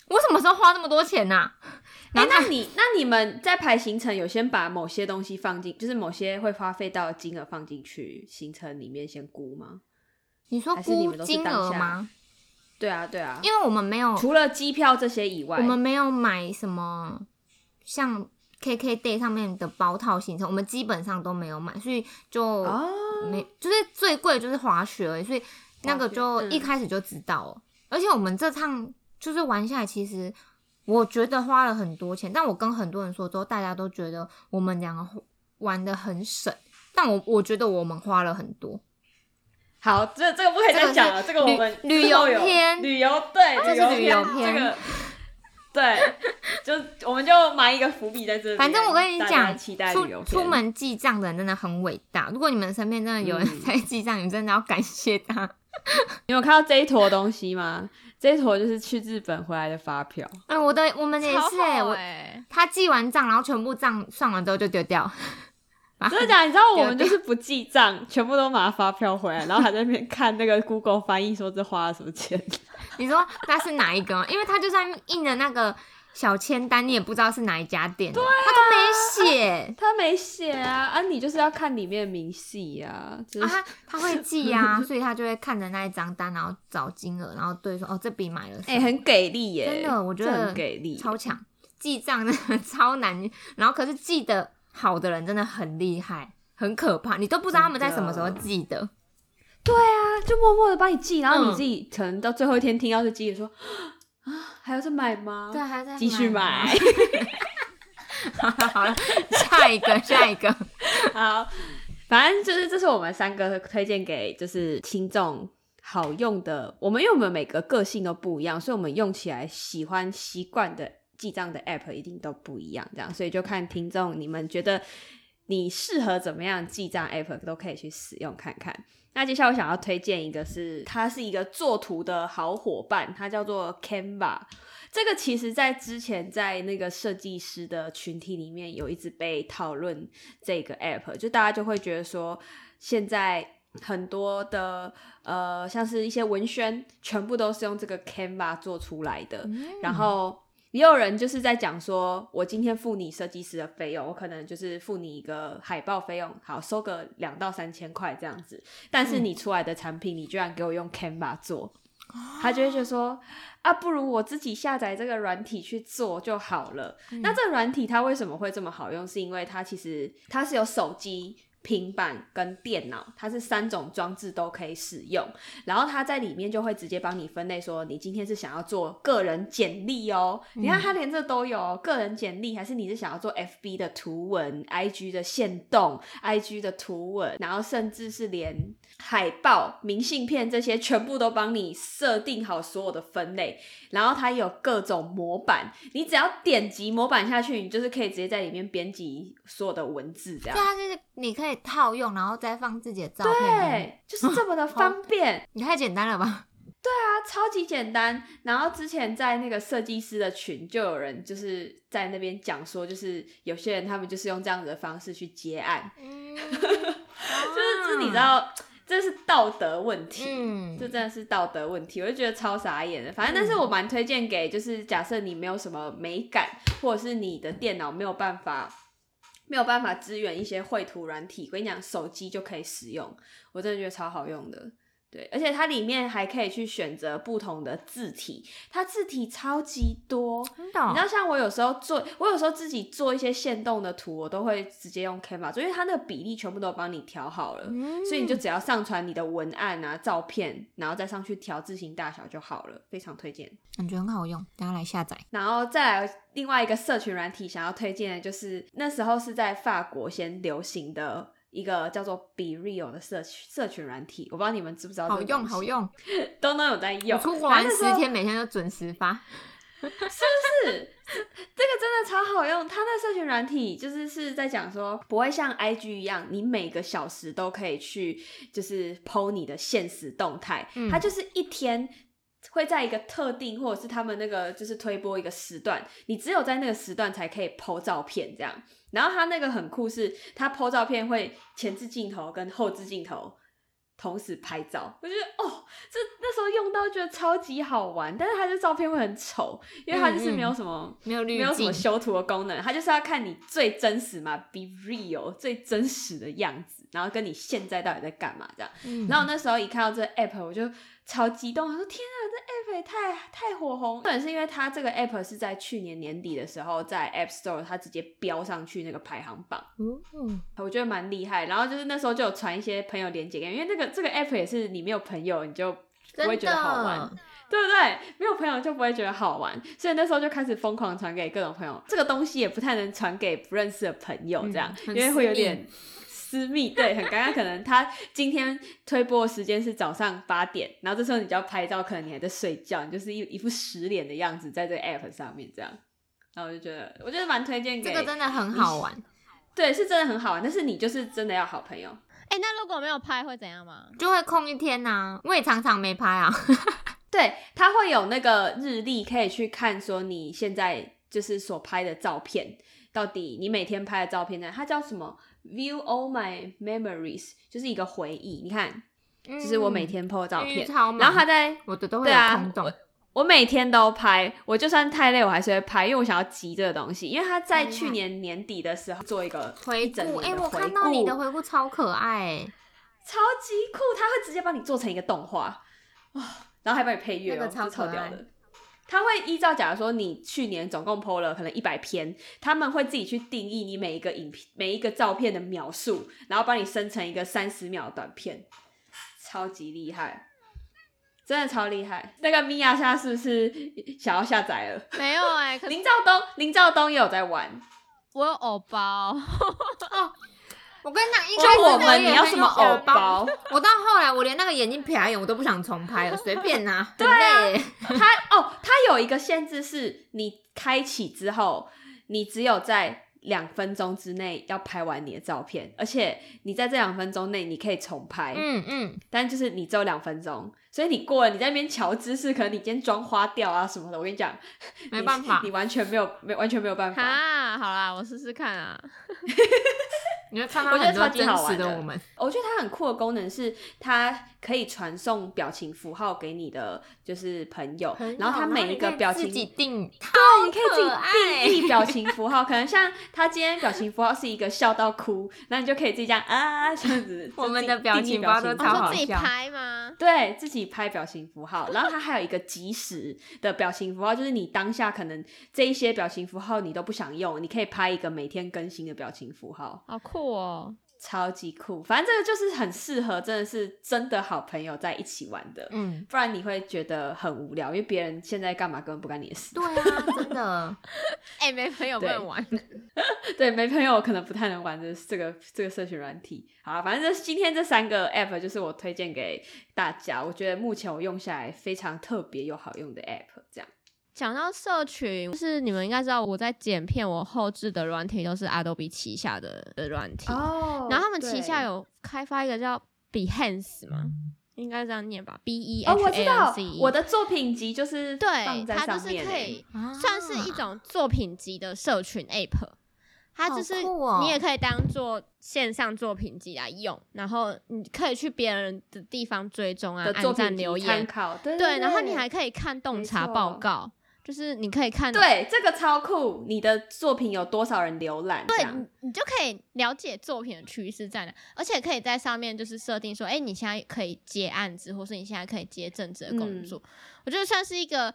Speaker 3: 我什么时候花这么多钱呐、
Speaker 2: 哎、
Speaker 3: 然后他
Speaker 2: 那你那你们在排行程有先把某些东西放进，就是某些会花费到的金额放进去行程里面先估吗？
Speaker 3: 你说
Speaker 2: 还是你
Speaker 3: 估
Speaker 2: 们都是
Speaker 3: 金
Speaker 2: 当
Speaker 3: 额
Speaker 2: 下
Speaker 3: 吗？
Speaker 2: 对啊，对啊，
Speaker 3: 因为我们没有
Speaker 2: 除了机票这些以外，哦
Speaker 3: 我们没有买什么像 KK Day 上面的包套行程，我们基本上都没有买，所以就
Speaker 2: 哦，
Speaker 3: 没、就是最贵的就是滑雪而已，所以那个就
Speaker 2: 滑雪嗯
Speaker 3: 一开始就知道了。而且我们这趟就是玩下来，其实我觉得花了很多钱，但我跟很多人说之后，大家都觉得我们两个玩的很省。但我我觉得我们花了很多，
Speaker 2: 好，这这个不可以再讲了，这个我们
Speaker 3: 旅
Speaker 2: 之后有
Speaker 3: 旅游篇
Speaker 2: 旅游对，
Speaker 3: 这是旅游篇
Speaker 2: 这个 对，就我们就埋一个伏笔在这里。
Speaker 3: 反正我跟你
Speaker 2: 大家
Speaker 3: 讲，
Speaker 2: 期待旅游
Speaker 3: 出
Speaker 2: 篇
Speaker 3: 出门记账的人真的很伟大。如果你们身边真的有人
Speaker 2: 嗯
Speaker 3: 在记账，你们真的要感谢 他。
Speaker 2: 你有看到这一坨东西吗？ 这一坨就是去日本回来的发票，
Speaker 3: 哎、我的我们也
Speaker 1: 超
Speaker 3: 是、欸，
Speaker 1: 好
Speaker 3: 我
Speaker 1: 哎、
Speaker 3: 他记完账，然后全部账算完之后就丢掉。
Speaker 2: 真的假的？你知道我们就是不记账，全部都拿发票回来，然后还在那边看那 个 Google 翻译说这花了什么钱。
Speaker 3: 你说那是哪一个吗？因为他就算印的那个小签单，你也不知道是哪一家店
Speaker 2: 啊
Speaker 3: 的，他都 没 写。
Speaker 2: 他没写啊，啊，你就是要看里面的明细啊，就
Speaker 3: 啊，
Speaker 2: 是、
Speaker 3: 他他会记啊，所以他就会看着那一张单，然后找金额，然后对说哦，这笔买了什么
Speaker 2: 哎、很给力耶、
Speaker 3: 真的我觉
Speaker 2: 这
Speaker 3: 得
Speaker 2: 很给力，
Speaker 3: 超强，记账真的 超难，然后可是记得好的人真的很厉害，很可怕，你都不知道他们在什么时候记得。
Speaker 2: 就默默的帮你记，然后
Speaker 3: 嗯
Speaker 2: 你自己可能到最后一天听到这记得说 啊，还啊要再买吗？
Speaker 3: 对，，还在
Speaker 2: 继续买。。
Speaker 3: 好了好了， 下一个下一个，
Speaker 2: 好，反正就是这是我们三个推荐给就是听众好用的。我们因为我们每个个性都不一样，所以我们用起来喜欢习惯的记账的 app 一定都不一样，这样所以就看听众你们觉得你适合怎么样记账 app 都可以去使用看看。那接下来我想要推荐一个是，它是一个作图的好伙伴，它叫做 Canva。这个其实，在之前在那个设计师的群体里面，有一直被讨论这个 app，就大家就会觉得说，现在很多的呃，像是一些文宣，全部都是用这个 Canva 做出来的。然后也有人就是在讲说，我今天付你设计师的费用，我可能就是付你一个海报费用，好收个两到三千块这样子，但是你出来的产品，你居然给我用 Canva 做。他就会觉得说啊，不如我自己下载这个软体去做就好了。那这个软体它为什么会这么好用？是因为它其实它是有手机、平板跟电脑，它是三种装置都可以使用。然后它在里面就会直接帮你分类，说你今天是想要做个人简历哦，你看它连这都有哦、个人简历，还是你是想要做 FB 的图文、IG 的线动、IG 的图文，然后甚至是连海报、明信片这些全部都帮你设定好所有的分类，然后它有各种模板，你只要点击模板下去，你就是可以直接在里面编辑所有的文字这样
Speaker 3: 对，。它是你可以套用，然后再放自己的照片，
Speaker 2: 对，就是这么的方便。
Speaker 3: 你太简单了吧？
Speaker 2: 啊，超级简单。然后之前在那个设计师的群，就有人就是在那边讲说，就是有些人他们就是用这样子的方式去接案，
Speaker 3: 嗯，
Speaker 2: 就是
Speaker 3: 就
Speaker 2: 这你知，道，这是道德问题。
Speaker 3: 嗯，
Speaker 2: 这真的是道德问题，我就觉得超傻眼的。反正，但是我蛮推荐给，就是假设你没有什么美感，或者是你的电脑没有办法没有办法支援一些绘图软体，我跟你讲，手机就可以使用。我真的觉得超好用的。对，而且它里面还可以去选择不同的字体，它字体超级多。
Speaker 3: 真的哦
Speaker 2: 你知道，像我有时候做，我有时候自己做一些线动的图，我都会直接用 Canva 做，因为它那个比例全部都帮你调好了。
Speaker 3: 嗯
Speaker 2: 所以你就只要上传你的文案啊、照片，然后再上去调字型大小就好了，非常推荐。
Speaker 3: 感觉很好用，大家来下载。
Speaker 2: 然后再来另外一个社群软体想要推荐的就是那时候是在法国先流行的一个叫做 Be Real 的社群社群软体，我不知道你们知不知道这
Speaker 3: 好
Speaker 2: 个
Speaker 3: 用
Speaker 2: 东西
Speaker 3: 好，用，
Speaker 2: 东东有在
Speaker 3: 我
Speaker 2: 用。
Speaker 3: 出国
Speaker 2: 反
Speaker 3: 玩
Speaker 2: 正那时
Speaker 3: 十
Speaker 2: 候
Speaker 3: 天，每天都准时发。
Speaker 2: 是， 这个真的超好用。它的社群软体就是是在讲说，不会像 IG 一样，你每个小时都可以去就是 PO 你的现实动态，
Speaker 3: 嗯
Speaker 2: 它就是一天。会在一个特定或者是他们那个就是推播一个时段，你只有在那个时段才可以 PO 照片这样。然后它那个很酷是，它 PO 照片会前置镜头跟后置镜头同时拍照，我觉得哦，这那时候用到觉得超级好玩，但是它的照片会很丑，因为它就是没有什么、
Speaker 3: 没嗯有滤
Speaker 2: 没有什么
Speaker 3: 镜，
Speaker 2: 修图的功能，它就是要看你最真实嘛，be real 最真实的样子，然后跟你现在到底在干嘛这样。
Speaker 3: 嗯
Speaker 2: 然后我那时候一看到这个 app，我就超激动，我说天啊，这 app 也太太火红！重点是因为它这个 app 是在去年年底的时候，在 App Store 它直接标上去那个排行榜。
Speaker 3: 嗯
Speaker 2: 我觉得蛮厉害。然后就是那时候就有传一些朋友连接给你，因为这个这个 app 也是你没有朋友你就不会
Speaker 3: 真
Speaker 2: 觉得好玩
Speaker 3: 的，，
Speaker 2: 对不对？没有朋友就不会觉得好玩，所以那时候就开始疯狂传给各种朋友。这个东西也不太能传给不认识的朋友，这样、
Speaker 3: 嗯
Speaker 2: 因为
Speaker 3: 很
Speaker 2: 会有
Speaker 3: 私密
Speaker 2: 点。私密对，很尴尬。可能他今天推播的时间是早上八点，然后这时候你就要拍照，可能你还在睡觉，你就是一一副失联的样子在这个 app 上面这样。然后我就觉得，我觉得蛮推荐给
Speaker 3: 这个真的很好玩，
Speaker 2: 对，是真的很好玩，但是你就是真的要好朋友。
Speaker 1: 哎、那如果没有拍会怎样吗？
Speaker 3: 就会空一天呐、我也常常没 拍啊，
Speaker 2: 对，它会有那个日历可以去看，说你现在就是所拍的照片，到底你每天拍的照片呢？它叫什么？View all my memories，就是一个回忆。你看，
Speaker 3: 就
Speaker 2: 就是我每天 po 的照片，
Speaker 3: 嗯超
Speaker 2: 然后它
Speaker 3: 他
Speaker 2: 在
Speaker 3: 我的都会
Speaker 2: 对
Speaker 3: 有
Speaker 2: 啊
Speaker 3: 空洞，
Speaker 2: 我每天都拍，我就算太累，我还是会拍，因为我想要集这个东西。因为它在
Speaker 3: 嗯
Speaker 2: 去年年底的时候做一个
Speaker 3: 回
Speaker 2: 一整
Speaker 3: 顾，哎、
Speaker 2: 年的
Speaker 3: 我
Speaker 2: 回
Speaker 3: 看到你
Speaker 2: 顾
Speaker 3: 的回顾超可爱、欸，
Speaker 2: 超级酷，它会直接帮你做成一个动画，哇、然后还帮你配乐、哦，
Speaker 3: 那个超
Speaker 2: 这超
Speaker 3: 可
Speaker 2: 屌
Speaker 3: 爱
Speaker 2: 的。它会依照，假如说你去年总共 PO 了可能一百篇，他们会自己去定义你每一个影片、每一个照片的描述，然后帮你生成一个三十秒短片，超级厉害，真的超厉害。那个米娅现在是不是想要下载了？
Speaker 1: 没有哎、可是
Speaker 2: 林兆东，林兆东也有在玩，
Speaker 1: 我有偶包，
Speaker 3: 我跟你讲，一
Speaker 2: 就
Speaker 3: 开始
Speaker 2: 我
Speaker 3: 没有
Speaker 2: 们你
Speaker 3: 眼
Speaker 2: 要
Speaker 3: 睛
Speaker 2: 什么偶
Speaker 3: 就想
Speaker 2: 包？
Speaker 3: 我到后来，我连那个眼睛瞟一眼我都不想重拍了，随便拿、很
Speaker 2: 啊
Speaker 3: 累欸、
Speaker 2: 它哦，它有一个限制是，你开启之后，你只有在两分钟之内要拍完你的照片，而且你在这两分钟内你可以重拍，
Speaker 3: 嗯嗯，
Speaker 2: 但就是你只有两分钟，所以你过了，你在那边瞧姿势，可能你今天妆花掉啊什么的，我跟你讲，
Speaker 3: 没
Speaker 2: 你
Speaker 3: 办法
Speaker 2: 你，完全没有没完全没有办法。
Speaker 1: 哈，好啦，我试试看啊。
Speaker 3: 你会看到
Speaker 2: 我觉得
Speaker 3: 很多
Speaker 2: 超级
Speaker 3: 真
Speaker 2: 好
Speaker 3: 实
Speaker 2: 玩
Speaker 3: 的
Speaker 2: 的
Speaker 3: 我们。
Speaker 2: 我觉得它很酷的功能是，它可以传送表情符号给你的就是朋友，然后它每一个表情
Speaker 3: 自己定，
Speaker 2: 对，你可以自
Speaker 3: 可爱
Speaker 2: 己定义表情符号，可能像他今天表情符号是一个笑到哭， 那你就可以自己这样啊这样子。
Speaker 3: 我们的
Speaker 2: 就自己定义哦
Speaker 3: 表情符号都
Speaker 1: 我
Speaker 3: 超
Speaker 1: 说
Speaker 3: 好
Speaker 1: 自己
Speaker 3: 笑
Speaker 1: 拍吗？
Speaker 2: 对自己拍表情符号， 然后它还有一个即时的表情符号，就是你当下可能这一些表情符号你都不想用，你可以拍一个每天更新的表情符号，
Speaker 1: 好酷哦！
Speaker 2: 超级酷。反正这个就是很适合，真的是真的好朋友在一起玩的，
Speaker 3: 嗯，
Speaker 2: 不然你会觉得很无聊，因为别人现在干嘛根本不干你的事。
Speaker 3: 对啊，真的，
Speaker 1: 哎、没朋友不
Speaker 2: 对
Speaker 1: 能玩。
Speaker 2: 对，没朋友可能不太能玩的这个这个社群软体。好啊，反正这今天这三个 app 就是我推荐给大家，我觉得目前我用下来非常特别又好用的 app。这样，
Speaker 1: 讲到社群，就是你们应该知道，我在剪片，我后置的软体都是 Adobe 旗下的的软体。
Speaker 2: 哦
Speaker 1: 然后他们旗下有开发一个叫 Behance 嘛，应该这样念吧，B E
Speaker 2: 哦，
Speaker 1: F
Speaker 2: 我知
Speaker 1: A
Speaker 2: 道
Speaker 1: N C，E
Speaker 2: 我的作品集就是
Speaker 1: 对，
Speaker 2: 放在
Speaker 1: 它就
Speaker 2: 上
Speaker 1: 是
Speaker 2: 面
Speaker 1: 可
Speaker 2: 欸
Speaker 1: 以
Speaker 3: 啊
Speaker 1: 算是一种作品集的社群 app，它就是
Speaker 3: 好酷哦
Speaker 1: 你也可以当做线上作品集来用，然后你可以去别人的地方追踪啊
Speaker 2: 欸的，
Speaker 1: 按
Speaker 2: 作
Speaker 1: 赞
Speaker 2: 品集
Speaker 1: 留
Speaker 2: 参
Speaker 1: 言，
Speaker 2: 考，对
Speaker 1: 对，
Speaker 2: 对，
Speaker 1: 然后你还可以看洞
Speaker 2: 没
Speaker 1: 察
Speaker 2: 错
Speaker 1: 报告，就是你可以看，
Speaker 2: 对这个超酷，你的作品有多少人浏览？这
Speaker 1: 对嗯
Speaker 2: 样
Speaker 1: 你，你就可以了解作品的趋势在哪，而且可以在上面就是设定说，哎、你现在可以接案子，或是你现在可以接正职的工
Speaker 2: 嗯
Speaker 1: 作。我觉得算是一个，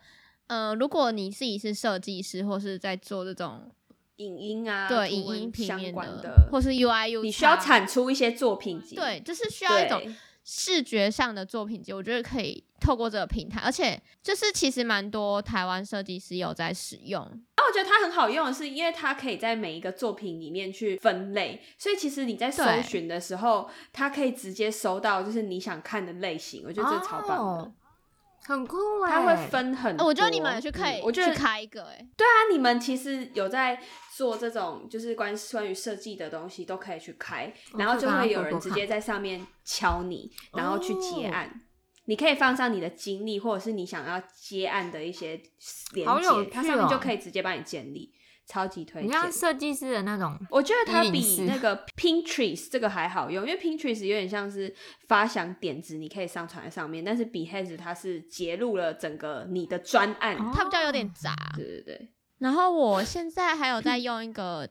Speaker 1: 呃，如果你自己是设计师，或是在做这种
Speaker 2: 影音啊，
Speaker 1: 对
Speaker 2: 图
Speaker 1: 影
Speaker 2: 文
Speaker 1: 音平
Speaker 2: 相
Speaker 1: 面
Speaker 2: 关
Speaker 1: 的，或是 UI U，
Speaker 2: 你需要产出一些作品集，
Speaker 1: 对，就是需
Speaker 2: 对，
Speaker 1: 要一种视觉上的作品集，我觉得可以透过这个平台，而且就是其实蛮多台湾设计师有在使用，
Speaker 2: 那我觉得它很好用的是，因为它可以在每一个作品里面去分类，所以其实你在搜
Speaker 1: 对
Speaker 2: 寻的时候，它可以直接搜到就是你想看的类型。我觉得这超棒的，
Speaker 3: 哦很酷哎、
Speaker 2: 它会分很
Speaker 1: 呃
Speaker 2: 多。
Speaker 1: 我觉得你们也去可以
Speaker 2: 嗯我觉
Speaker 1: 去
Speaker 2: 得
Speaker 1: 开一个、哎，
Speaker 2: 对啊，你们其实有在做这种就是关关于设计的东西都可以去开，
Speaker 3: 我
Speaker 2: 然后就
Speaker 3: 可以把它
Speaker 2: 会有
Speaker 3: 哦多
Speaker 2: 人
Speaker 3: 多
Speaker 2: 直
Speaker 3: 看哦
Speaker 2: 接在上面敲你，然后去接案。你可以放上你的经历，或者是你想要接案的一些连
Speaker 3: 好
Speaker 2: 接，
Speaker 3: 有
Speaker 2: 它
Speaker 3: 趣
Speaker 2: 上面
Speaker 3: 哦
Speaker 2: 就可以直接帮你建立，超级推
Speaker 3: 你
Speaker 2: 荐。
Speaker 3: 像设计师的那种，
Speaker 2: 我觉得它
Speaker 3: 104
Speaker 2: 比那个 Pinterest 这个还好用，因为 Pinterest 有点像是发想点子，你可以上传在上面，但是 Behance 它是截录了整个你的专案。
Speaker 3: 哦
Speaker 1: 它比较有点杂。
Speaker 2: 对对对，
Speaker 1: 然后我现在还有在用一个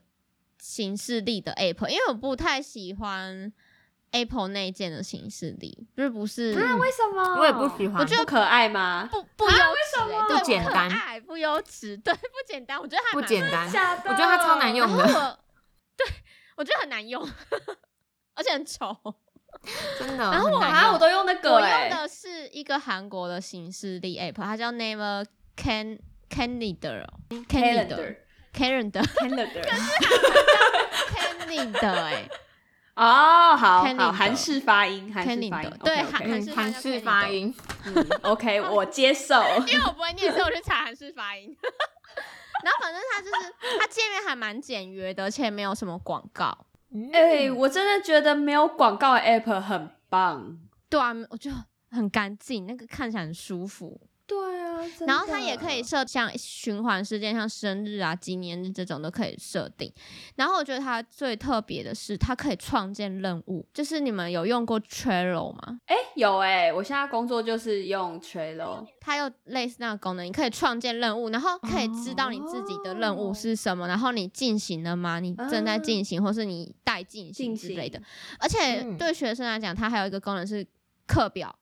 Speaker 1: 形式力的 app，因为我不太喜欢 Apple 内建的形式力，就是不是
Speaker 2: 为什么
Speaker 3: 嗯我也不喜欢。
Speaker 2: 我觉得可爱吗？
Speaker 1: 不不优质、欸，对，
Speaker 3: 不简单
Speaker 1: 可爱不优质，对，不简单，我觉得还
Speaker 3: 不
Speaker 1: 蛮
Speaker 3: 简单，
Speaker 2: 假的
Speaker 3: 我觉得它超难用
Speaker 1: 然后
Speaker 3: 的，
Speaker 1: 我对我觉得很难用，而且很 丑。
Speaker 3: 真的。
Speaker 1: 然后我
Speaker 3: 很难
Speaker 2: 啊，
Speaker 3: 用
Speaker 2: 我都用那个
Speaker 1: 我用
Speaker 2: 哎、
Speaker 1: 的是一个韩国的形式力 app，它叫 Never 哦 Can Calendar Calendar Calendar
Speaker 2: calendar。
Speaker 1: Calendar 哎
Speaker 2: 哦，好
Speaker 1: Calendar
Speaker 2: 好，韩式发音，韩式发音
Speaker 1: Calendar，，对
Speaker 2: OK，OK
Speaker 1: 韩式发音
Speaker 3: 嗯韩
Speaker 1: 叫
Speaker 3: 式
Speaker 1: Calendar
Speaker 3: 发音，
Speaker 2: 嗯，OK，我接受。
Speaker 1: 因为我不会念，所以我就查韩式发音。 然后反正它就是它界面还蛮简约的，而且没有什么广告。
Speaker 2: 哎、我真的觉得没有广告的 app 很棒。
Speaker 1: 对啊，我就很干净，那个看起来很舒服。
Speaker 2: 对啊，
Speaker 1: 然后它也可以设像循环事件，像生日啊、纪念日这种都可以设定。然后我觉得它最特别的是，它可以创建任务。就是你们有用过 Trello 吗？
Speaker 2: 哎、有哎、我现在工作就是用 Trello，
Speaker 1: 它有类似那个功能，你可以创建任务，然后可以知道你自己的任
Speaker 2: 哦
Speaker 1: 务是什么，然后你进行了吗？你正在进行，或是你待进行
Speaker 2: 嗯进
Speaker 1: 之类的
Speaker 2: 行。
Speaker 1: 而且
Speaker 3: 嗯
Speaker 1: 对学生来讲，它还有一个功能是课表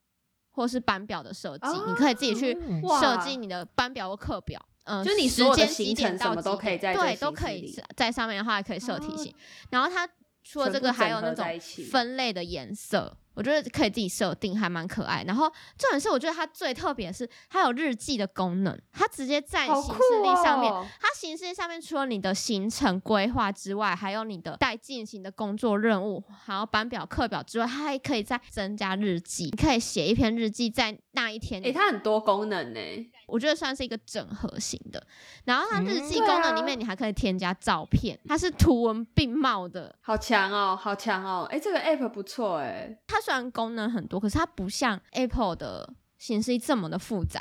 Speaker 1: 或是班表的设计，
Speaker 2: 哦
Speaker 1: 你可以自己去
Speaker 3: 嗯
Speaker 2: 哇
Speaker 1: 设计你的班表或课表。嗯，
Speaker 2: 就是你
Speaker 1: 时
Speaker 2: 所有的
Speaker 1: 间几
Speaker 2: 行
Speaker 1: 点
Speaker 2: 程
Speaker 1: 到
Speaker 2: 什么都
Speaker 1: 几
Speaker 2: 可以
Speaker 1: 点
Speaker 2: 在这
Speaker 1: 对，
Speaker 2: 个
Speaker 1: 都
Speaker 2: 行
Speaker 1: 可
Speaker 2: 事
Speaker 1: 以
Speaker 2: 历
Speaker 1: 在在上面的话，还可以设提醒。然后它除了
Speaker 2: 全
Speaker 1: 这
Speaker 2: 部
Speaker 1: 个，还
Speaker 2: 整
Speaker 1: 有
Speaker 2: 合
Speaker 1: 那种
Speaker 2: 在一起
Speaker 1: 分类的颜色，我觉得可以自己设定，还蛮可爱。然后重点是，我觉得它最特别的是它有日记的功能，它直接在
Speaker 2: 好
Speaker 1: 行
Speaker 2: 酷
Speaker 1: 事历上面。
Speaker 2: 哦！
Speaker 1: 它行事历上面除了你的行程规划之外，还有你的待进行的工作任务，还有班表、课表之外，它还可以再增加日记。你可以写一篇日记，在那一天
Speaker 2: 哎、
Speaker 1: 里面
Speaker 2: 它很多功能呢、
Speaker 1: 我觉得算是一个整合型的。然后它日
Speaker 3: 嗯
Speaker 1: 记
Speaker 2: 对
Speaker 1: 功能
Speaker 2: 啊
Speaker 1: 里面，你还可以添加照片，它是图文并茂的。
Speaker 2: 好强哦，好强哦！哎、这个 app 不错哎、
Speaker 1: 它虽然功能很多，可是它不像 Apple 的显示器这么的复杂。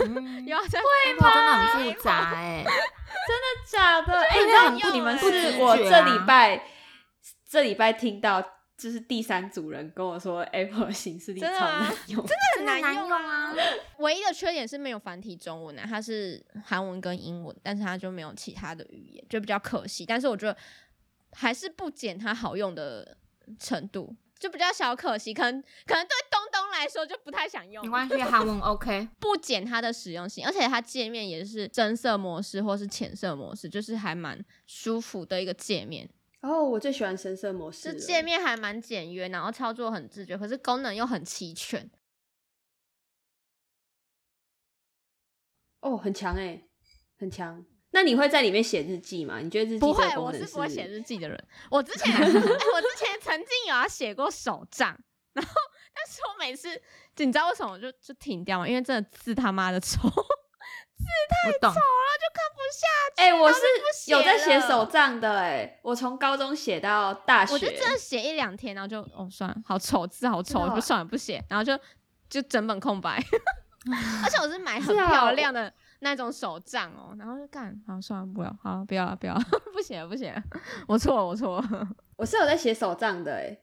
Speaker 3: 嗯
Speaker 1: 有啊，这样
Speaker 3: ，Apple 真的很复杂哎，
Speaker 2: 假的？哎、
Speaker 1: 很
Speaker 2: 你知道
Speaker 1: 有用
Speaker 2: 你们
Speaker 1: 欸
Speaker 2: 是
Speaker 1: 不知觉
Speaker 2: 我这
Speaker 3: 啊
Speaker 2: 礼拜这礼拜听到，就是第三组人跟我说 Apple 形式力超
Speaker 1: 真的吗
Speaker 2: 难用，真
Speaker 3: 真
Speaker 1: 很
Speaker 3: 的
Speaker 1: 难
Speaker 3: 难
Speaker 1: 用
Speaker 3: 用啊。
Speaker 1: 唯一的缺点是没有繁体中文啊，它是韩文跟英文，但是它就没有其他的语言，就比较可惜。但是我觉得还是不减它好用的程度，就比较小可惜。可能可能对东东来说就不太想用
Speaker 3: 没，关系，韩文 OK，
Speaker 1: 不减它的使用性，而且它界面也是深色模式或是浅色模式，就是还蛮舒服的一个界面。
Speaker 2: 然后我最喜欢深色模式
Speaker 1: 这
Speaker 2: 了，
Speaker 1: 界面还蛮简约，然后操作很自觉，可是功能又很齐全。
Speaker 2: 哦，很强哎、很强。那你会在里面写日记吗？你觉得日记
Speaker 1: 不
Speaker 2: 这个
Speaker 1: 会，
Speaker 2: 功
Speaker 1: 我
Speaker 2: 能
Speaker 1: 是
Speaker 2: 是
Speaker 1: 不会写日记的人。我之前，哎我之前曾经有要写过手账，然后但是我每次，就你知道为什么我就就停掉吗？因为真的字他妈的丑，
Speaker 3: 我懂，
Speaker 2: 哎、我是
Speaker 1: 写
Speaker 2: 有在写
Speaker 1: 了
Speaker 2: 手账的、哎，我从高中写到大学，
Speaker 1: 我就真的写一两天，然后就哦算了，好丑，字好
Speaker 2: 真
Speaker 1: 丑，
Speaker 2: 的
Speaker 1: 不
Speaker 2: 哦
Speaker 1: 算了不写，然后就就整本空白。 而且我是买很
Speaker 2: 是啊
Speaker 1: 漂
Speaker 2: 我
Speaker 1: 亮的那种手账哦，然后就干，好算了，不要，好不要啊了，不要了， 不写了，不写了， 我错了，我错了。
Speaker 2: 我是有在写手账的、哎，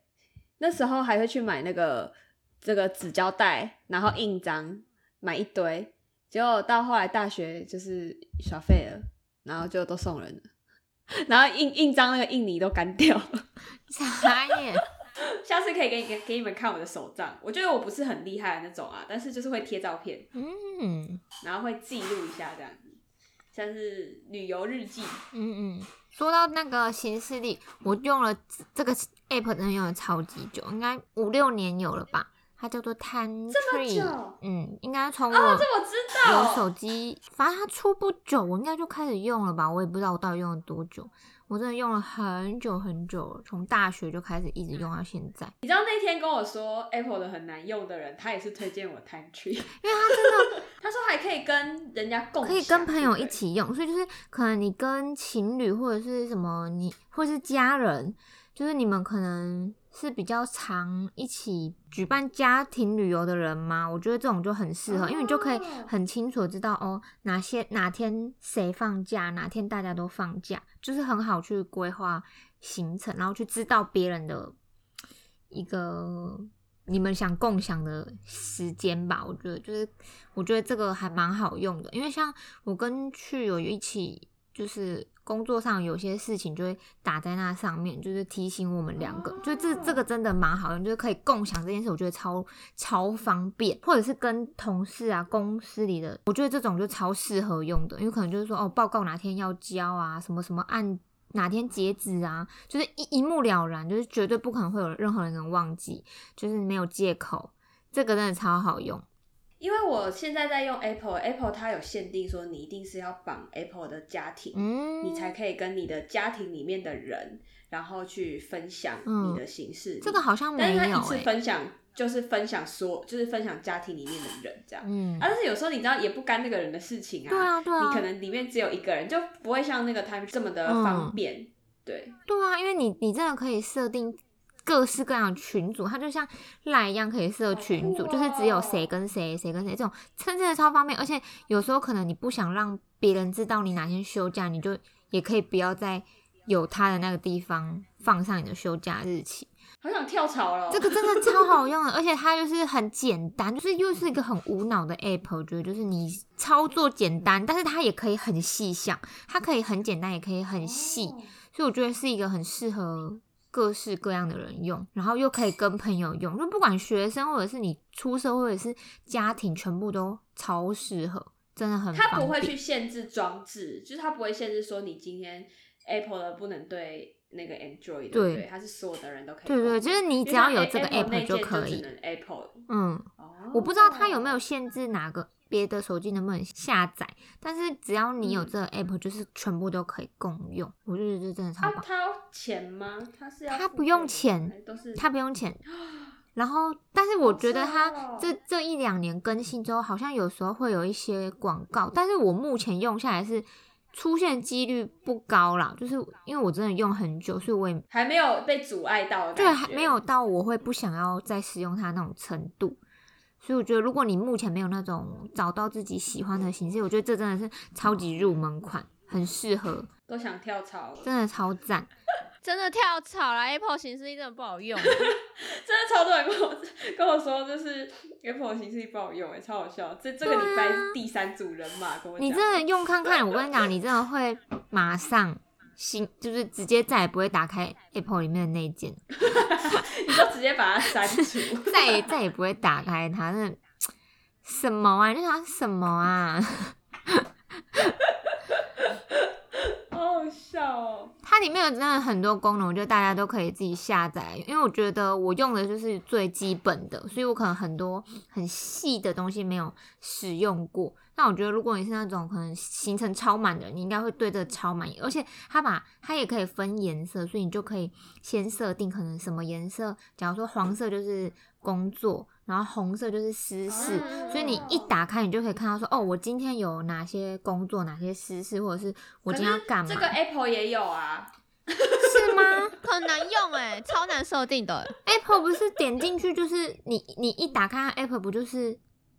Speaker 2: 那时候还会去买那个这个纸胶带，然后印章买一堆，结果到后来大学就是耍废了，然后就都送人了， 然后印印章那个印泥都干掉了。
Speaker 3: 傻眼。
Speaker 2: 下次可以给你给给你们看我的手账，我觉得我不是很厉害的那种啊，但是就是会贴照片，
Speaker 3: 嗯
Speaker 2: 然后会记录一下这样子，像是旅游日记。
Speaker 3: 嗯嗯。说到那个行事历，我用了这个 app 真的用了超级久，应该五六年有了吧？它叫做 t a n t r e
Speaker 2: 久
Speaker 3: e 嗯，应该从我、
Speaker 2: 哦，这我知
Speaker 3: 有
Speaker 2: 道。
Speaker 3: 手机，反正它出不久，我应该就开始用了吧，我也不知道我到底用了多久，我真的用了很久很久了，从大学就开始一直用到现在，
Speaker 2: 你知道那天跟我说 Apple 的很难用的人，他也是推荐我 Time Tree，
Speaker 3: 因为它真的
Speaker 2: 他说还可以跟人家共享，
Speaker 3: 可以跟朋友
Speaker 2: 对不
Speaker 3: 一
Speaker 2: 对。
Speaker 3: 起用，所以就是可能你跟情侣或者是什么你或者是家人，就是你们可能是比较常一起举办家庭旅游的人嘛，我觉得这种就很适合，因为你就可以
Speaker 2: 哦
Speaker 3: 很清楚地知道哦哪些哪天谁放假，哪天大家都放假，就是很好去规划行程，然后去知道别人的一个你们想共享的时间吧。我觉得就是，我觉得这个还蛮好用的，因为像我跟去友一起，就是工作上有些事情就会打在那上面，就是提醒我们两个，就这这个真的蛮好用，就是可以共享这件事，我觉得超超方便，或者是跟同事啊、公司里的，我觉得这种就超适合用的，因为可能就是说哦，报告哪天要交啊，什么什么案。哪天截止啊？就是一一目了然，就是绝对不可能会有任何人能忘记，就是没有借口。这个真的超好用，
Speaker 2: 因为我现在在用 Apple，Apple 它有限定说你一定是要绑 Apple 的家庭，
Speaker 3: 嗯，
Speaker 2: 你才可以跟你的家庭里面的人，然后去分享
Speaker 3: 嗯
Speaker 2: 你的形式。
Speaker 3: 这个，好像
Speaker 2: 但
Speaker 3: 没
Speaker 2: 是
Speaker 3: 有
Speaker 2: 他一次
Speaker 3: 哎、
Speaker 2: 分享就是分享所，就是分享家庭里面的人这样。啊，
Speaker 3: 嗯，
Speaker 2: 但是有时候你知道也不干那个人的事情啊，
Speaker 3: 对啊，对
Speaker 2: 你可
Speaker 3: 啊，
Speaker 2: 能里面只有一个人，就不会像那个 Time 这么的
Speaker 3: 嗯
Speaker 2: 方便。对，
Speaker 3: 对啊，因为你你真的可以设定各式各样的群组，它就像赖一样可以设
Speaker 2: 哦
Speaker 3: 群组，
Speaker 2: 好酷
Speaker 3: 就是只有
Speaker 2: 哦
Speaker 3: 谁跟谁，谁跟谁这种，真的超方便。而且有时候可能你不想让别人知道你哪天休假，你就也可以不要在有他的那个地方放上你的休假日期。
Speaker 2: 好想跳槽了。哦
Speaker 3: 这个真的超好用的，而且它就是很简单，就是又是一个很无脑的 app。我觉得就是你操作简单，但是它也可以很细项，它可以很简单，也可以很细，
Speaker 2: 哦
Speaker 3: 所以我觉得是一个很适合各式各样的人用，然后又可以跟朋友用，就不管学生或者是你出社会或者是家庭，全部都超适合，真的很
Speaker 2: 他
Speaker 3: 方
Speaker 2: 不会
Speaker 3: 便
Speaker 2: 去限制装置，就是他不会限制说你今天 Apple 的不能对那个 Android，的
Speaker 3: 对
Speaker 2: 不对？它是所有的人都可以
Speaker 3: 对
Speaker 2: 用的。
Speaker 3: 对，就是你
Speaker 2: 你
Speaker 3: 只要有这个
Speaker 2: Apple 内建
Speaker 3: app 就
Speaker 2: 就
Speaker 3: 可
Speaker 2: 只
Speaker 3: 以，
Speaker 2: 能 Apple。
Speaker 3: 嗯。
Speaker 2: 哦
Speaker 3: 我不知道它有没有限制哪个别的手机能不能下载，但是只要你有
Speaker 2: 嗯
Speaker 3: 这个 app，就是全部都可以共用。我就觉得这真的超
Speaker 2: 他
Speaker 3: 棒，
Speaker 2: 哦啊他要钱吗？他是要
Speaker 3: 他
Speaker 2: 付
Speaker 3: 不用
Speaker 2: 费吗
Speaker 3: 钱
Speaker 2: 还都是
Speaker 3: 它不用 钱。然后，但是我觉得它
Speaker 2: 好
Speaker 3: 这
Speaker 2: 帅哦
Speaker 3: 这一两年更新之后，好像有时候会有一些广告，但是我目前用下来是出现几率不高啦，就是因为我真的用很久，所以我也
Speaker 2: 还没有被阻碍到的感
Speaker 3: 对，
Speaker 2: 觉，
Speaker 3: 还没有到我会不想要再使用它那种程度。所以我觉得，如果你目前没有那种找到自己喜欢的形式，我觉得这真的是超级入门款，很适合，
Speaker 2: 都想跳槽了，真
Speaker 3: 真的超赞。
Speaker 1: 真的跳槽啦 a p p l e 形式真的不好 用。
Speaker 2: 的超多人跟我 跟我说，就是 Apple 的形式不好用，哎，超好笑。这这个礼拜是第三组人马跟我讲，
Speaker 3: 啊你真的用看看，我跟你讲，你真的会马上心，就是直接再也不会打开 Apple 里面的那一键，
Speaker 2: 你就直接把它删除。
Speaker 3: 再也再也不会打开它。那什么啊？你就想什么啊？
Speaker 2: 好好笑哦！
Speaker 3: 它里面有真的很多功能，我觉得大家都可以自己下载，因为我觉得我用的就是最基本的，所以我可能很多很细的东西没有使用过。那我觉得如果你是那种可能行程超满的人，你应该会对这个超满意。而且它把它也可以分颜色，所以你就可以先设定可能什么颜色，假如说黄色就是工作，然后红色就是私事，
Speaker 2: 啊
Speaker 1: 嗯
Speaker 3: 所以你一打开，你就可以看到说，哦，我今天有哪些工作，哪些私事，或者是我今天要干嘛，
Speaker 2: 这个 Apple 也有啊，
Speaker 3: 是吗
Speaker 1: 很难用哎、超难设定的、欸。
Speaker 3: ？Apple 不是点进去就是你你一打开它 Apple 不就是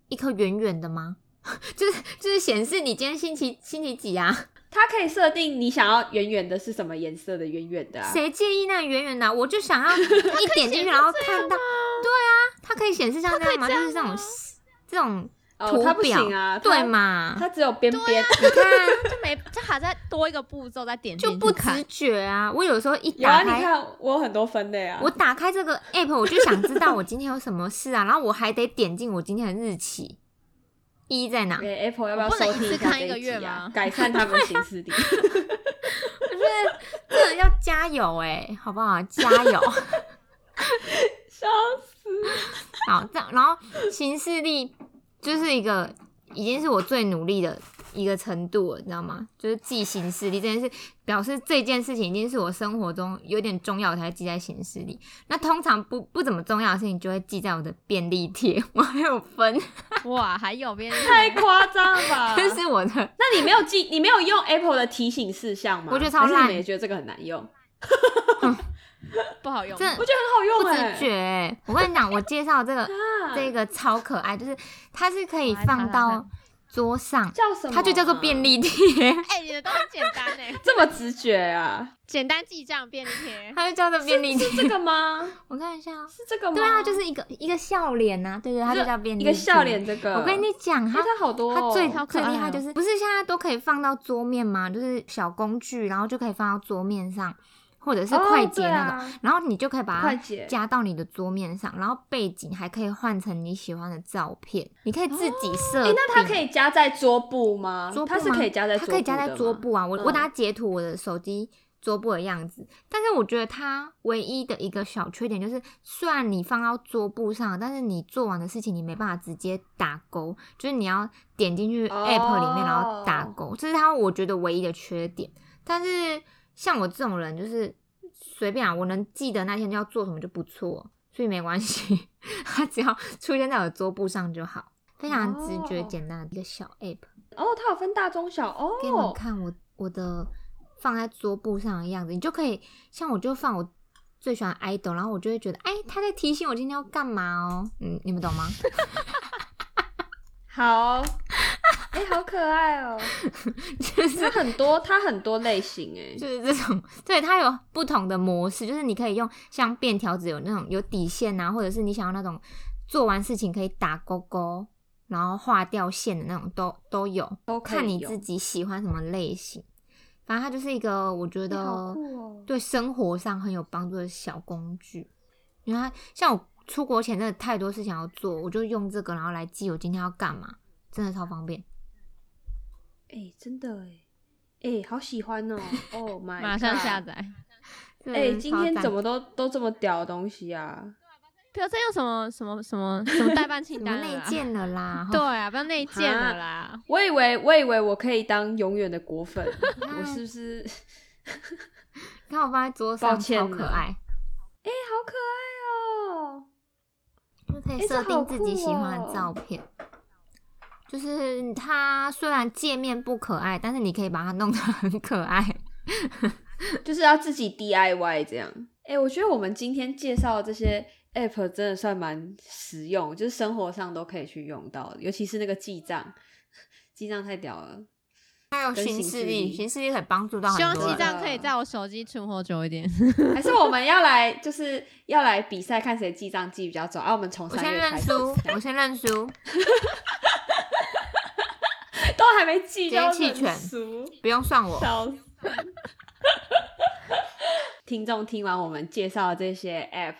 Speaker 3: 一颗圆圆的吗？ 就是就是显示你今天星期星期几啊？
Speaker 2: 它可以设定你想要圆圆的是什么颜色的圆圆的啊。
Speaker 3: 谁介意那圆圆的啊、我就 想要一点进去然后看到，对啊，它可以显示像这样吗？
Speaker 1: 它可以这样
Speaker 3: 就是这种
Speaker 1: 吗
Speaker 3: 这种
Speaker 2: 哦，它
Speaker 3: 图
Speaker 2: 不
Speaker 3: 表、
Speaker 2: 行啊，它
Speaker 3: 对？啊嘛？
Speaker 2: 它只有边边。
Speaker 3: 你看。
Speaker 1: 就没，就还在多一个步骤再点进
Speaker 3: 就
Speaker 1: 去
Speaker 3: 不
Speaker 1: 看
Speaker 3: 直觉啊！我有时候一
Speaker 2: 有啊，
Speaker 3: 打
Speaker 2: 你
Speaker 3: 开，
Speaker 2: 看我有很多分类啊。
Speaker 3: 我打开这个 app，我就想知道我今天有什么事啊，然后我还得点进我今天的日期，意义在哪？
Speaker 2: 给 Apple 要不要
Speaker 1: 我不能
Speaker 2: 收
Speaker 1: 一
Speaker 2: 听
Speaker 1: 次
Speaker 2: 下
Speaker 1: 看
Speaker 2: 这
Speaker 1: 一个
Speaker 2: 集
Speaker 1: 月
Speaker 2: 啊
Speaker 1: 吗
Speaker 2: 改善他们行 事历。
Speaker 3: 我觉得这要加油哎、好不好？加油！
Speaker 2: 笑
Speaker 3: 好，这样然后行事力就是一个已经是我最努力的一个程度了，你知道吗？就是记行事力这件事，表示这件事情已经是我生活中有点重要，我才会记在行事力。那通常不不怎么重要的事情，就会记在我的便利贴，我还有分，
Speaker 1: 哇，还有边
Speaker 2: 太夸张了 吧！
Speaker 3: 这是我的。
Speaker 2: 那你没有记，你没有用 Apple 的提醒事项吗？
Speaker 3: 我觉得超烂
Speaker 2: 还是你们也觉得这个很难用，
Speaker 1: 不好 用，
Speaker 3: 这
Speaker 2: 我觉得
Speaker 3: 不
Speaker 2: 很好用哎、
Speaker 3: 自觉、欸，我跟你讲，我介绍这个
Speaker 2: 啊
Speaker 3: 这个超可爱，就是它是可以
Speaker 1: 我来查查
Speaker 3: 放到
Speaker 1: 看
Speaker 3: 桌上，
Speaker 2: 叫什么啊？
Speaker 3: 它就叫做便利贴。
Speaker 1: 哎、你的都很简单 哎、
Speaker 2: 这么直觉啊？
Speaker 1: 简单记账便利贴。
Speaker 3: 它就叫做便利贴。
Speaker 2: 是这个吗？
Speaker 3: 我看一下哦、
Speaker 2: 是这个吗？
Speaker 3: 对啊，就是一个一个笑脸呐、对对，它就叫便利
Speaker 2: 一
Speaker 3: 贴
Speaker 2: 个笑。脸，这个
Speaker 3: 我跟你，讲，
Speaker 2: 因
Speaker 3: 它
Speaker 2: 为它好多、哦，
Speaker 3: 它最
Speaker 1: 好可
Speaker 3: 最
Speaker 1: 爱
Speaker 3: 厉害
Speaker 1: 哦
Speaker 3: 就是，不是现在都可以放到桌面吗？就是小工具，然后就可以放到桌面上，或者是
Speaker 2: 哦
Speaker 3: 快捷那
Speaker 2: 对
Speaker 3: 个，
Speaker 2: 啊
Speaker 3: 然后你就可以把
Speaker 2: 快
Speaker 3: 它
Speaker 2: 捷
Speaker 3: 加到你的桌面上，然后背景还可以换成你喜欢的照片，你可以自己设
Speaker 2: 哎、
Speaker 3: 定。
Speaker 2: 那它可以加在桌布吗？
Speaker 3: 桌布
Speaker 2: 它是
Speaker 3: 吗
Speaker 2: 可以加在
Speaker 3: 它
Speaker 2: 桌布，
Speaker 3: 可以加在桌。布啊。我、
Speaker 2: 嗯
Speaker 3: 我等下截图我的手机桌布的样子，但是我觉得它唯一的一个小缺点就是，虽然你放到桌布上，但是你做完的事情你没办法直接打勾，就是你要点进去
Speaker 2: 哦
Speaker 3: app 里面然后打勾，这是它我觉得唯一的缺点。但是像我这种人，就是随便啊，我能记得那天要做什么就不错，所以没关系， 它只要出现在我的桌布上就好。非常直觉
Speaker 2: 哦
Speaker 3: 简单的一个小 app，
Speaker 2: 哦，它有分大中小哦。
Speaker 3: 给你们看我我的放在桌布上的样子，你就可以像我就放我最喜欢 idol，然后我就会觉得，哎，他在提醒我今天要干嘛哦，嗯，你们懂吗？
Speaker 2: 好，哎、好可爱哦！它很多，它很多类型哎、
Speaker 3: 就是这种，对，它有不同的模式，就是你可以用像便条纸有那种有底线啊，或者是你想要那种做完事情可以打勾勾，然后画掉线的那种都都有，
Speaker 2: 都可以
Speaker 3: 看你
Speaker 2: 有
Speaker 3: 自己喜欢什么类型。反正它就是一个我觉
Speaker 2: 哎好
Speaker 3: 得
Speaker 2: 酷哦
Speaker 3: 对生活上很有帮助的小工具，因为它像我出国前真的太多事情要做，我就用这个然后来记我今天要干嘛，真的超方便。
Speaker 2: 哎、真的哎、哎、好喜欢哦！Oh my，
Speaker 1: 马上
Speaker 2: god
Speaker 1: 下。载，
Speaker 3: 哎
Speaker 2: 哎、今天怎么都都这么屌的东西啊？
Speaker 1: 不要再用什么什么什么什么代办清
Speaker 3: 怎么
Speaker 1: 单了
Speaker 3: 内
Speaker 2: 啊
Speaker 1: 啦。
Speaker 3: 建了 啦？
Speaker 1: 对啊，不要内建了啦。
Speaker 2: 我以为我以为我可以当永远的果 粉，
Speaker 3: 嗯
Speaker 2: 我是不是？
Speaker 3: 你看我放在桌上，
Speaker 2: 抱歉
Speaker 3: 超可
Speaker 2: 了
Speaker 3: 爱，
Speaker 2: 哎、好可爱哦！
Speaker 3: 就可以
Speaker 2: 哎诶这
Speaker 3: 设
Speaker 2: 好
Speaker 3: 定自己
Speaker 2: 酷
Speaker 3: 喜欢的
Speaker 2: 哦
Speaker 3: 照片。就是它虽然界面不可爱，但是你可以把它弄得很可爱。
Speaker 2: 就是要自己 DIY 这样。哎、我觉得我们今天介绍的这些 app 真的算蛮实用，就是生活上都可以去用到的，尤其是那个记账， 记账太屌了。
Speaker 3: 还有
Speaker 2: 跟行
Speaker 3: 行事
Speaker 2: 事
Speaker 3: 力，
Speaker 2: 历
Speaker 3: 行事力可以帮助到
Speaker 1: 希
Speaker 3: 很
Speaker 1: 望
Speaker 3: 多
Speaker 1: 记
Speaker 3: 人。
Speaker 1: 账可以在我手机存活久一点。
Speaker 2: 还是我们要来，就是要来比赛，看谁记账记比较准啊！我们从
Speaker 3: 我
Speaker 2: 三
Speaker 3: 先
Speaker 2: 月
Speaker 3: 认
Speaker 2: 开始，
Speaker 3: 输，我先认输，
Speaker 2: 都还没记就要
Speaker 3: 直接弃
Speaker 2: 认
Speaker 3: 权
Speaker 2: 输，
Speaker 3: 不用算我。
Speaker 2: 笑死！ 听众听完我们介绍的这些 app，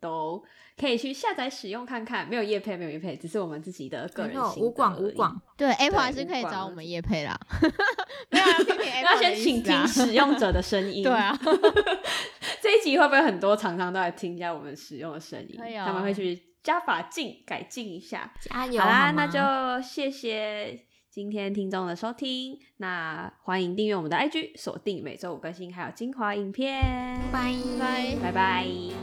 Speaker 2: 都可以去下载使用看看，没有叶配，没有叶配，只是我们自己的个
Speaker 3: 没
Speaker 2: 人
Speaker 3: 错，
Speaker 2: 心得
Speaker 3: 无广无
Speaker 2: 而已
Speaker 3: 广，
Speaker 1: 对，Apple 还
Speaker 2: 对
Speaker 1: 是可以
Speaker 2: 无关
Speaker 1: 找我
Speaker 2: 了
Speaker 1: 们叶配啦。 没有要批评 Apple，
Speaker 2: 哎那
Speaker 3: 哎
Speaker 2: 先请
Speaker 1: 的意
Speaker 2: 听
Speaker 1: 思啊
Speaker 2: 使用者的声 音。
Speaker 1: 对啊，
Speaker 2: 这一集会不会很多厂商都来听一下我们使用的声音
Speaker 3: 哎
Speaker 1: 可以？哦
Speaker 2: 他们会去加把劲、改进一下。
Speaker 3: 加油！
Speaker 2: 好啦，
Speaker 3: 啊好
Speaker 2: 那
Speaker 3: 吗
Speaker 2: 就谢谢今天听众的收听。那欢迎订阅我们的 IG，锁定每周五更新，还有精华影片。
Speaker 3: 拜
Speaker 1: 拜
Speaker 2: 拜拜。